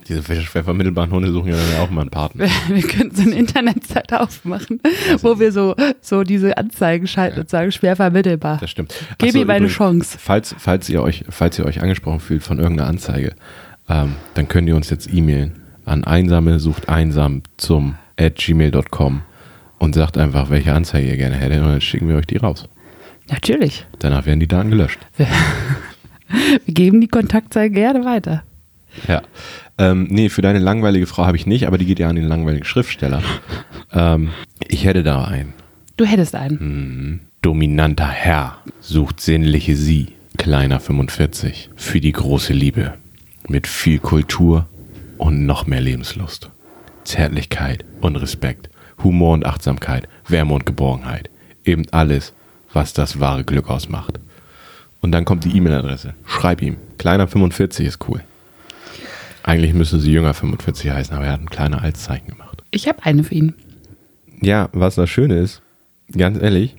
Speaker 2: Diese schwer vermittelbaren Hunde suchen ja dann auch mal einen Paten.
Speaker 3: wir könnten so eine Internetseite aufmachen,
Speaker 2: Also
Speaker 3: wo wir so, so diese Anzeigen schalten und sagen, schwer vermittelbar.
Speaker 2: Das stimmt. Ach
Speaker 3: Gib
Speaker 2: so,
Speaker 3: ihm eine
Speaker 2: übrigens,
Speaker 3: Chance.
Speaker 2: Falls, falls, ihr euch, falls ihr euch angesprochen fühlt von irgendeiner Anzeige, ähm, dann könnt ihr uns jetzt e-mailen an einsame sucht einsam zum at gmail.com und sagt einfach, welche Anzeige ihr gerne hättet und dann schicken wir euch die raus.
Speaker 3: Natürlich.
Speaker 2: Danach werden die Daten gelöscht.
Speaker 3: Wir geben die Kontaktseite gerne weiter.
Speaker 2: Ja. Ähm, nee, für deine langweilige Frau habe ich nicht, aber die geht ja an den langweiligen Schriftsteller. ähm, ich hätte da einen.
Speaker 3: Du hättest einen.
Speaker 2: Hm. Dominanter Herr sucht sinnliche Sie, kleiner 45, für die große Liebe. Mit viel Kultur und noch mehr Lebenslust. Zärtlichkeit und Respekt, Humor und Achtsamkeit, Wärme und Geborgenheit. Eben alles, was das wahre Glück ausmacht. Und dann kommt die E-Mail-Adresse. Schreib ihm. Kleiner 45 ist cool. Eigentlich müsste sie jünger 45 heißen, aber er hat ein kleiner Altzeichen gemacht.
Speaker 3: Ich habe eine für ihn.
Speaker 2: Ja, was das Schöne ist, ganz ehrlich,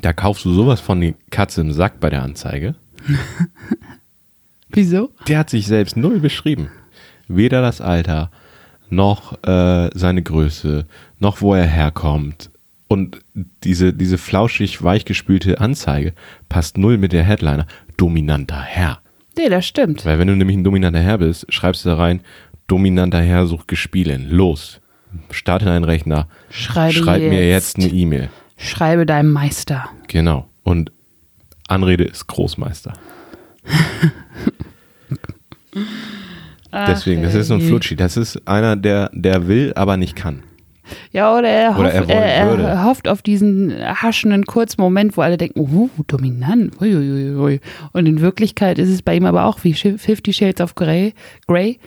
Speaker 2: da kaufst du sowas von die Katze im Sack bei der Anzeige.
Speaker 3: Wieso?
Speaker 2: Der hat sich selbst null beschrieben. Weder das Alter, noch äh, seine Größe, noch wo er herkommt. Und diese, diese flauschig weichgespülte Anzeige passt null mit der Headliner. Dominanter Herr.
Speaker 3: Nee, das stimmt.
Speaker 2: Weil wenn du nämlich ein dominanter Herr bist, schreibst du da rein, dominanter Herr sucht Gespielen. Los. Starte deinen Rechner.
Speaker 3: Schreibe
Speaker 2: Schreib mir
Speaker 3: jetzt.
Speaker 2: jetzt eine E-Mail.
Speaker 3: Schreibe deinem Meister.
Speaker 2: Genau. Und Anrede ist Großmeister. Deswegen, das ist so ein
Speaker 3: ey.
Speaker 2: Flutschi. Das ist einer, der, der will, aber nicht kann.
Speaker 3: Ja, oder er,
Speaker 2: Oder er
Speaker 3: hofft,
Speaker 2: wollen
Speaker 3: er,
Speaker 2: würde.
Speaker 3: er hofft auf diesen haschenden kurzen Moment, wo alle denken, oh, dominant. Ui, ui, ui, ui. Und in Wirklichkeit ist es bei ihm aber auch wie Sch- Fifty Shades of Grey. Grey?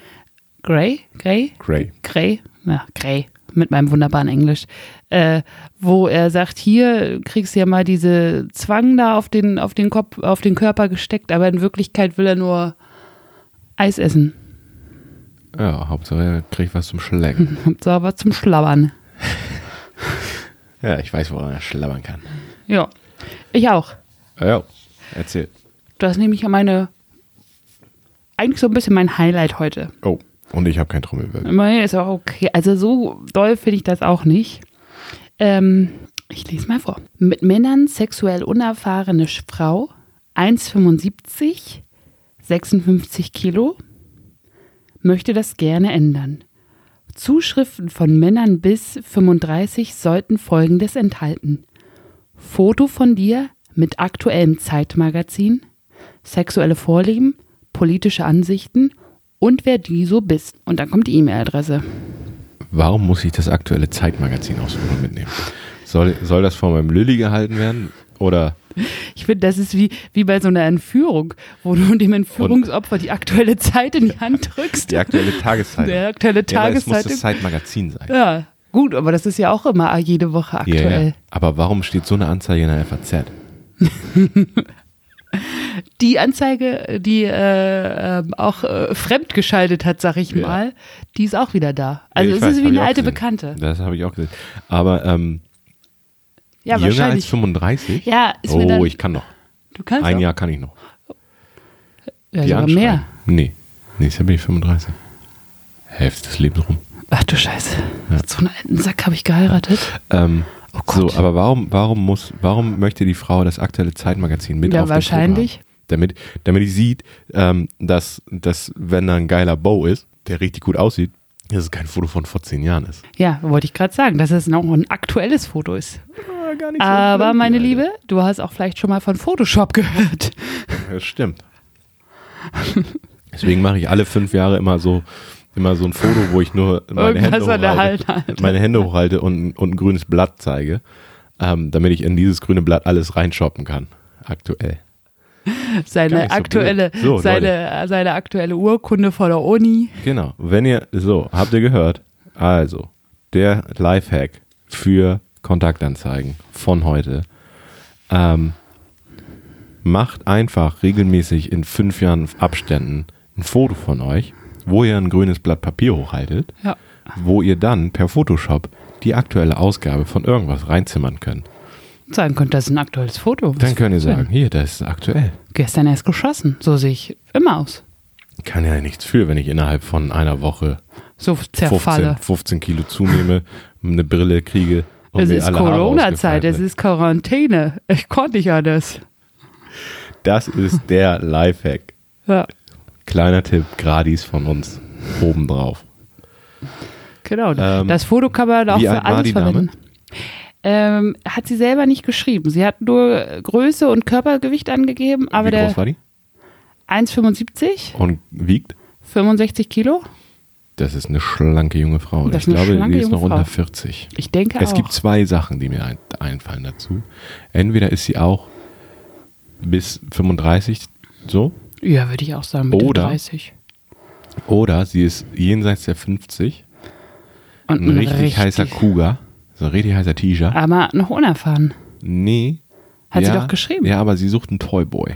Speaker 3: Grey? Grey?
Speaker 2: Gray.
Speaker 3: Grey? Ja, Grey. Mit meinem wunderbaren Englisch. Äh, wo er sagt, hier kriegst du ja mal diese Zwang da auf den, auf den Kopf, auf den Körper gesteckt, aber in Wirklichkeit will er nur Eis essen.
Speaker 2: Ja, Hauptsache, er kriegt was zum Schlecken.
Speaker 3: Kommt so aber zum Schlabbern.
Speaker 2: ja, ich weiß, woran er schlabbern kann.
Speaker 3: Ja. Ich auch.
Speaker 2: Ja, erzähl.
Speaker 3: Das nehme ich ja meine. Eigentlich so ein bisschen mein Highlight heute.
Speaker 2: Oh, und ich habe kein Trommelwirbel.
Speaker 3: Immerhin ist auch okay. Also so doll finde ich das auch nicht. Ähm, ich lese mal vor. Mit Männern sexuell unerfahrene Sch- Frau, 1,75, 56 Kilo, möchte das gerne ändern. Zuschriften von Männern bis 35 sollten Folgendes enthalten. Foto von dir mit aktuellem Zeitmagazin, sexuelle Vorlieben, politische Ansichten und wer du so bist. Und dann kommt die E-Mail-Adresse.
Speaker 2: Warum muss ich das aktuelle Zeitmagazin aus dem Mund mitnehmen? Soll, soll das von meinem Lilly gehalten werden? Oder
Speaker 3: Ich finde, das ist wie, wie bei so einer Entführung, wo du dem Entführungsopfer die aktuelle Zeit in die Hand drückst.
Speaker 2: Die aktuelle Tageszeitung.
Speaker 3: Der aktuelle
Speaker 2: Ja, aber es muss
Speaker 3: Tageszeitung.
Speaker 2: das Zeitmagazin sein.
Speaker 3: Ja, gut, aber das ist ja auch immer jede Woche
Speaker 2: Ja,
Speaker 3: aktuell. Also
Speaker 2: ja. Aber warum steht so eine Anzeige in der FAZ?
Speaker 3: Die Anzeige, die äh, ähm, auch äh, fremdgeschaltet hat, sag ich
Speaker 2: Ja.
Speaker 3: mal, die ist auch wieder da. Also
Speaker 2: Ja, ich
Speaker 3: es
Speaker 2: weiß,
Speaker 3: ist
Speaker 2: hab
Speaker 3: wie
Speaker 2: ich
Speaker 3: eine
Speaker 2: auch
Speaker 3: alte
Speaker 2: gesehen.
Speaker 3: Bekannte.
Speaker 2: Das habe ich auch gesehen. Aber ähm,
Speaker 3: Ja,
Speaker 2: jünger als
Speaker 3: wahrscheinlich.
Speaker 2: 35?
Speaker 3: Ja, ist mir dann,
Speaker 2: oh, ich kann noch.
Speaker 3: du kannst
Speaker 2: Ein
Speaker 3: auch.
Speaker 2: Jahr kann ich noch. Die
Speaker 3: ja,
Speaker 2: anschreiben.
Speaker 3: sogar Also mehr.
Speaker 2: Nee, nächstes Jahr bin ich 35. Hälfte des Lebens rum.
Speaker 3: Ach du Scheiße. So einen alten Sack habe ich geheiratet.
Speaker 2: Ähm,
Speaker 3: Oh Gott.
Speaker 2: So, aber warum, warum muss, warum möchte die Frau das aktuelle Zeitmagazin mit
Speaker 3: Ja,
Speaker 2: auf dem
Speaker 3: wahrscheinlich.
Speaker 2: Cover haben? Damit, damit ich sieht, ähm, dass, dass, wenn da ein geiler Bow ist, der richtig gut aussieht, dass es kein Foto von vor zehn Jahren ist.
Speaker 3: Ja, wollte ich gerade sagen, dass es noch ein aktuelles Foto ist. Aber meine Liebe, du hast auch vielleicht schon mal von Photoshop gehört.
Speaker 2: Das stimmt. Deswegen mache ich alle fünf Jahre immer so, immer so ein Foto, wo ich nur meine Hände
Speaker 3: Irgendwas an der
Speaker 2: hochhalte,
Speaker 3: Hand halte.
Speaker 2: meine Hände hochhalte und, und ein grünes Blatt zeige, ähm, damit ich in dieses grüne Blatt alles reinshoppen kann. Aktuell. Gar
Speaker 3: Seine
Speaker 2: nicht so
Speaker 3: aktuelle,
Speaker 2: blöd. So, Leute.
Speaker 3: seine, seine aktuelle Urkunde von der Uni.
Speaker 2: Genau. Wenn ihr, so, habt ihr gehört? Also, der Lifehack für Kontaktanzeigen von heute. Ähm, macht einfach regelmäßig in fünf Jahren Abständen ein Foto von euch, wo ihr ein grünes Blatt Papier hochhaltet,
Speaker 3: Ja.
Speaker 2: wo ihr dann per Photoshop die aktuelle Ausgabe von irgendwas reinzimmern könnt.
Speaker 3: Sagen könnt, das ist ein aktuelles Foto.
Speaker 2: Dann könnt ihr sagen, hier, das ist aktuell.
Speaker 3: Gestern erst geschossen. So sehe ich immer aus.
Speaker 2: Kann ja nichts für, wenn ich innerhalb von einer Woche
Speaker 3: So
Speaker 2: 15,
Speaker 3: zerfalle.
Speaker 2: 15 Kilo zunehme, eine Brille kriege. Und
Speaker 3: Es
Speaker 2: mir
Speaker 3: ist
Speaker 2: alle Haare
Speaker 3: Corona-Zeit,
Speaker 2: ausgefallen
Speaker 3: es
Speaker 2: sind.
Speaker 3: ist Quarantäne. Ich konnte nicht anders.
Speaker 2: Das ist der Lifehack.
Speaker 3: Ja,
Speaker 2: Kleiner Tipp, gratis von uns. Obendrauf.
Speaker 3: genau.
Speaker 2: Ähm,
Speaker 3: das Foto kann man auch
Speaker 2: wie
Speaker 3: für
Speaker 2: alt war
Speaker 3: alles
Speaker 2: die Dame?
Speaker 3: verwenden. Ähm, hat sie selber nicht geschrieben. Sie hat nur Größe und Körpergewicht angegeben, aber
Speaker 2: Wie
Speaker 3: der
Speaker 2: groß war die?
Speaker 3: 1,75,
Speaker 2: Und wiegt?
Speaker 3: 65 Kilo.
Speaker 2: Das ist eine schlanke junge Frau.
Speaker 3: Das
Speaker 2: ich
Speaker 3: ist eine
Speaker 2: glaube,
Speaker 3: schlanke
Speaker 2: die ist
Speaker 3: junge
Speaker 2: noch unter
Speaker 3: Frau.
Speaker 2: 40.
Speaker 3: Ich denke
Speaker 2: Es
Speaker 3: auch.
Speaker 2: gibt zwei Sachen, die mir ein, einfallen dazu. Entweder ist sie auch bis 35 so,
Speaker 3: ja, würde ich auch sagen, Mitte
Speaker 2: Oder-
Speaker 3: 30.
Speaker 2: oder sie ist jenseits der 50.
Speaker 3: Und
Speaker 2: Ein richtig, heißer Cougar. So ein richtig heißer Tiger.
Speaker 3: Aber noch unerfahren.
Speaker 2: Nee.
Speaker 3: Hat sie doch geschrieben.
Speaker 2: Ja, aber sie sucht einen Toyboy.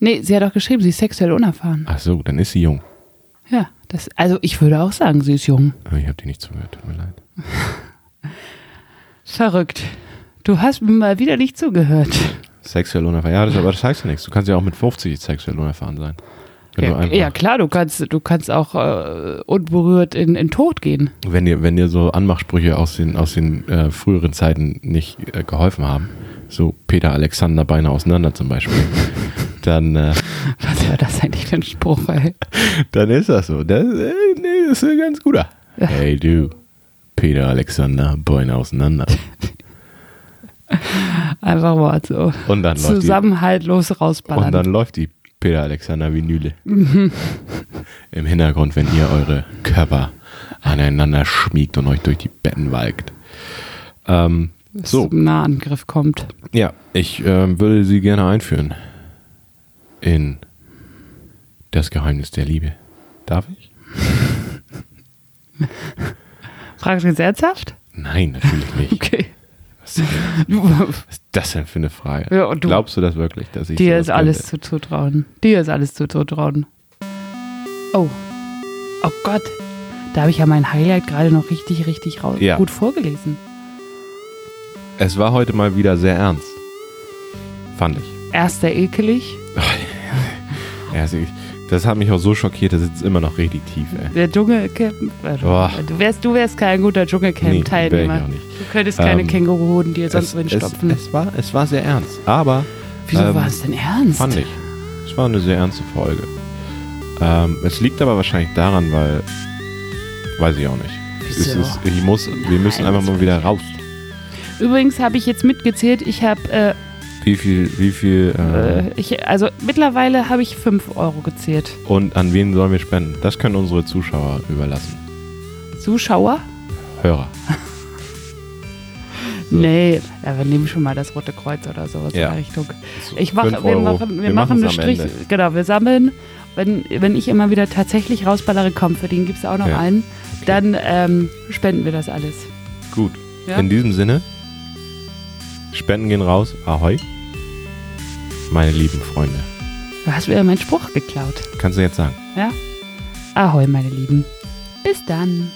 Speaker 3: Nee, sie hat doch geschrieben, sie ist sexuell unerfahren.
Speaker 2: Ach so, dann ist sie jung.
Speaker 3: Ja, das, also ich würde auch sagen, sie ist jung.
Speaker 2: Aber Oh, Ich habe dir nicht zugehört, tut mir leid.
Speaker 3: Verrückt. Du hast mir mal wieder nicht zugehört.
Speaker 2: Sexuell unerfahren. Ja, das, aber das heißt ja nichts. Du kannst ja auch mit 50 sexuell unerfahren sein. Wenn, du
Speaker 3: Ja,
Speaker 2: einfach,
Speaker 3: ja klar, du kannst, du kannst auch äh, unberührt in, in Tod gehen.
Speaker 2: wenn, dir, wenn dir so Anmachsprüche aus den, aus den äh, früheren Zeiten nicht äh, geholfen haben, so Peter Alexander Beine auseinander zum Beispiel, dann, äh,
Speaker 3: Was war das eigentlich für ein Spruch, ey?
Speaker 2: dann ist das so. Das, äh, nee, das ist ein ganz guter. Hey du, Peter Alexander Beine auseinander.
Speaker 3: Einfach mal so
Speaker 2: Und dann läuft die
Speaker 3: zusammenhaltlos rausballern.
Speaker 2: Und dann läuft die Peter Alexander Vinyle.
Speaker 3: Mhm.
Speaker 2: Im Hintergrund, wenn ihr eure Körper aneinander schmiegt und euch durch die Betten walkt. Ähm,
Speaker 3: Bis
Speaker 2: so,
Speaker 3: zum Nahangriff kommt.
Speaker 2: ja, ich ähm, würde sie gerne einführen in das Geheimnis der Liebe. Darf ich?
Speaker 3: Fragst du jetzt ernsthaft?
Speaker 2: Nein, natürlich nicht.
Speaker 3: Okay.
Speaker 2: Was ist
Speaker 3: Du,
Speaker 2: das denn für eine Frage?
Speaker 3: Ja, und du-
Speaker 2: Glaubst du das wirklich, dass ich
Speaker 3: Dir
Speaker 2: sowas
Speaker 3: ist alles
Speaker 2: könnte?
Speaker 3: zu zutrauen. Dir ist alles zu zutrauen. Oh. Oh Gott. Da habe ich ja mein Highlight gerade noch richtig, richtig rau-
Speaker 2: Ja.
Speaker 3: gut vorgelesen.
Speaker 2: Es war heute mal wieder sehr ernst. Fand ich.
Speaker 3: Erster ekelig.
Speaker 2: Ja, also ich- das hat mich auch so schockiert, das sitzt immer noch richtig tief, ey.
Speaker 3: Der Dschungelcamp. warte,
Speaker 2: Boah.
Speaker 3: Du wärst, du wärst kein guter
Speaker 2: Nee, wär ich
Speaker 3: Dschungelcamp-Teilnehmer.
Speaker 2: auch nicht.
Speaker 3: du könntest keine
Speaker 2: Ähm,
Speaker 3: Känguruhoden dir sonst
Speaker 2: Es,
Speaker 3: wohin
Speaker 2: es,
Speaker 3: stopfen.
Speaker 2: es, war, es war sehr ernst, aber
Speaker 3: Wieso
Speaker 2: ähm,
Speaker 3: war es denn ernst?
Speaker 2: fand ich. Es war eine sehr ernste Folge. Ähm, es liegt aber wahrscheinlich daran, weil. Weiß ich auch nicht. Es
Speaker 3: Wieso?
Speaker 2: ist, ich muss, wir müssen
Speaker 3: Nein,
Speaker 2: einfach mal wieder raus.
Speaker 3: Übrigens habe ich jetzt mitgezählt, ich habe,
Speaker 2: Wie viel, wie viel.
Speaker 3: äh,
Speaker 2: Äh,
Speaker 3: äh, ich, also mittlerweile habe ich 5 Euro gezählt.
Speaker 2: Und an wen sollen wir spenden? Das können unsere Zuschauer überlassen.
Speaker 3: Zuschauer?
Speaker 2: Hörer.
Speaker 3: Nee, ja, wir nehmen schon mal das Rote Kreuz oder sowas
Speaker 2: Ja.
Speaker 3: in der Richtung.
Speaker 2: So,
Speaker 3: Ich mach,
Speaker 2: fünf
Speaker 3: wir
Speaker 2: Euro.
Speaker 3: machen, wir
Speaker 2: Wir
Speaker 3: machen
Speaker 2: machen's
Speaker 3: einen
Speaker 2: am
Speaker 3: Strich.
Speaker 2: Ende.
Speaker 3: Genau, wir sammeln. Wenn, wenn ich immer wieder tatsächlich rausballere, komm, für den gibt es auch noch
Speaker 2: Ja.
Speaker 3: einen, dann ähm, spenden wir das alles.
Speaker 2: Gut.
Speaker 3: Ja.
Speaker 2: In diesem Sinne, Spenden gehen raus. Ahoi. Meine lieben Freunde.
Speaker 3: Du hast mir meinen Spruch geklaut.
Speaker 2: Kannst du jetzt sagen?
Speaker 3: Ja? Ahoi, meine Lieben. Bis dann.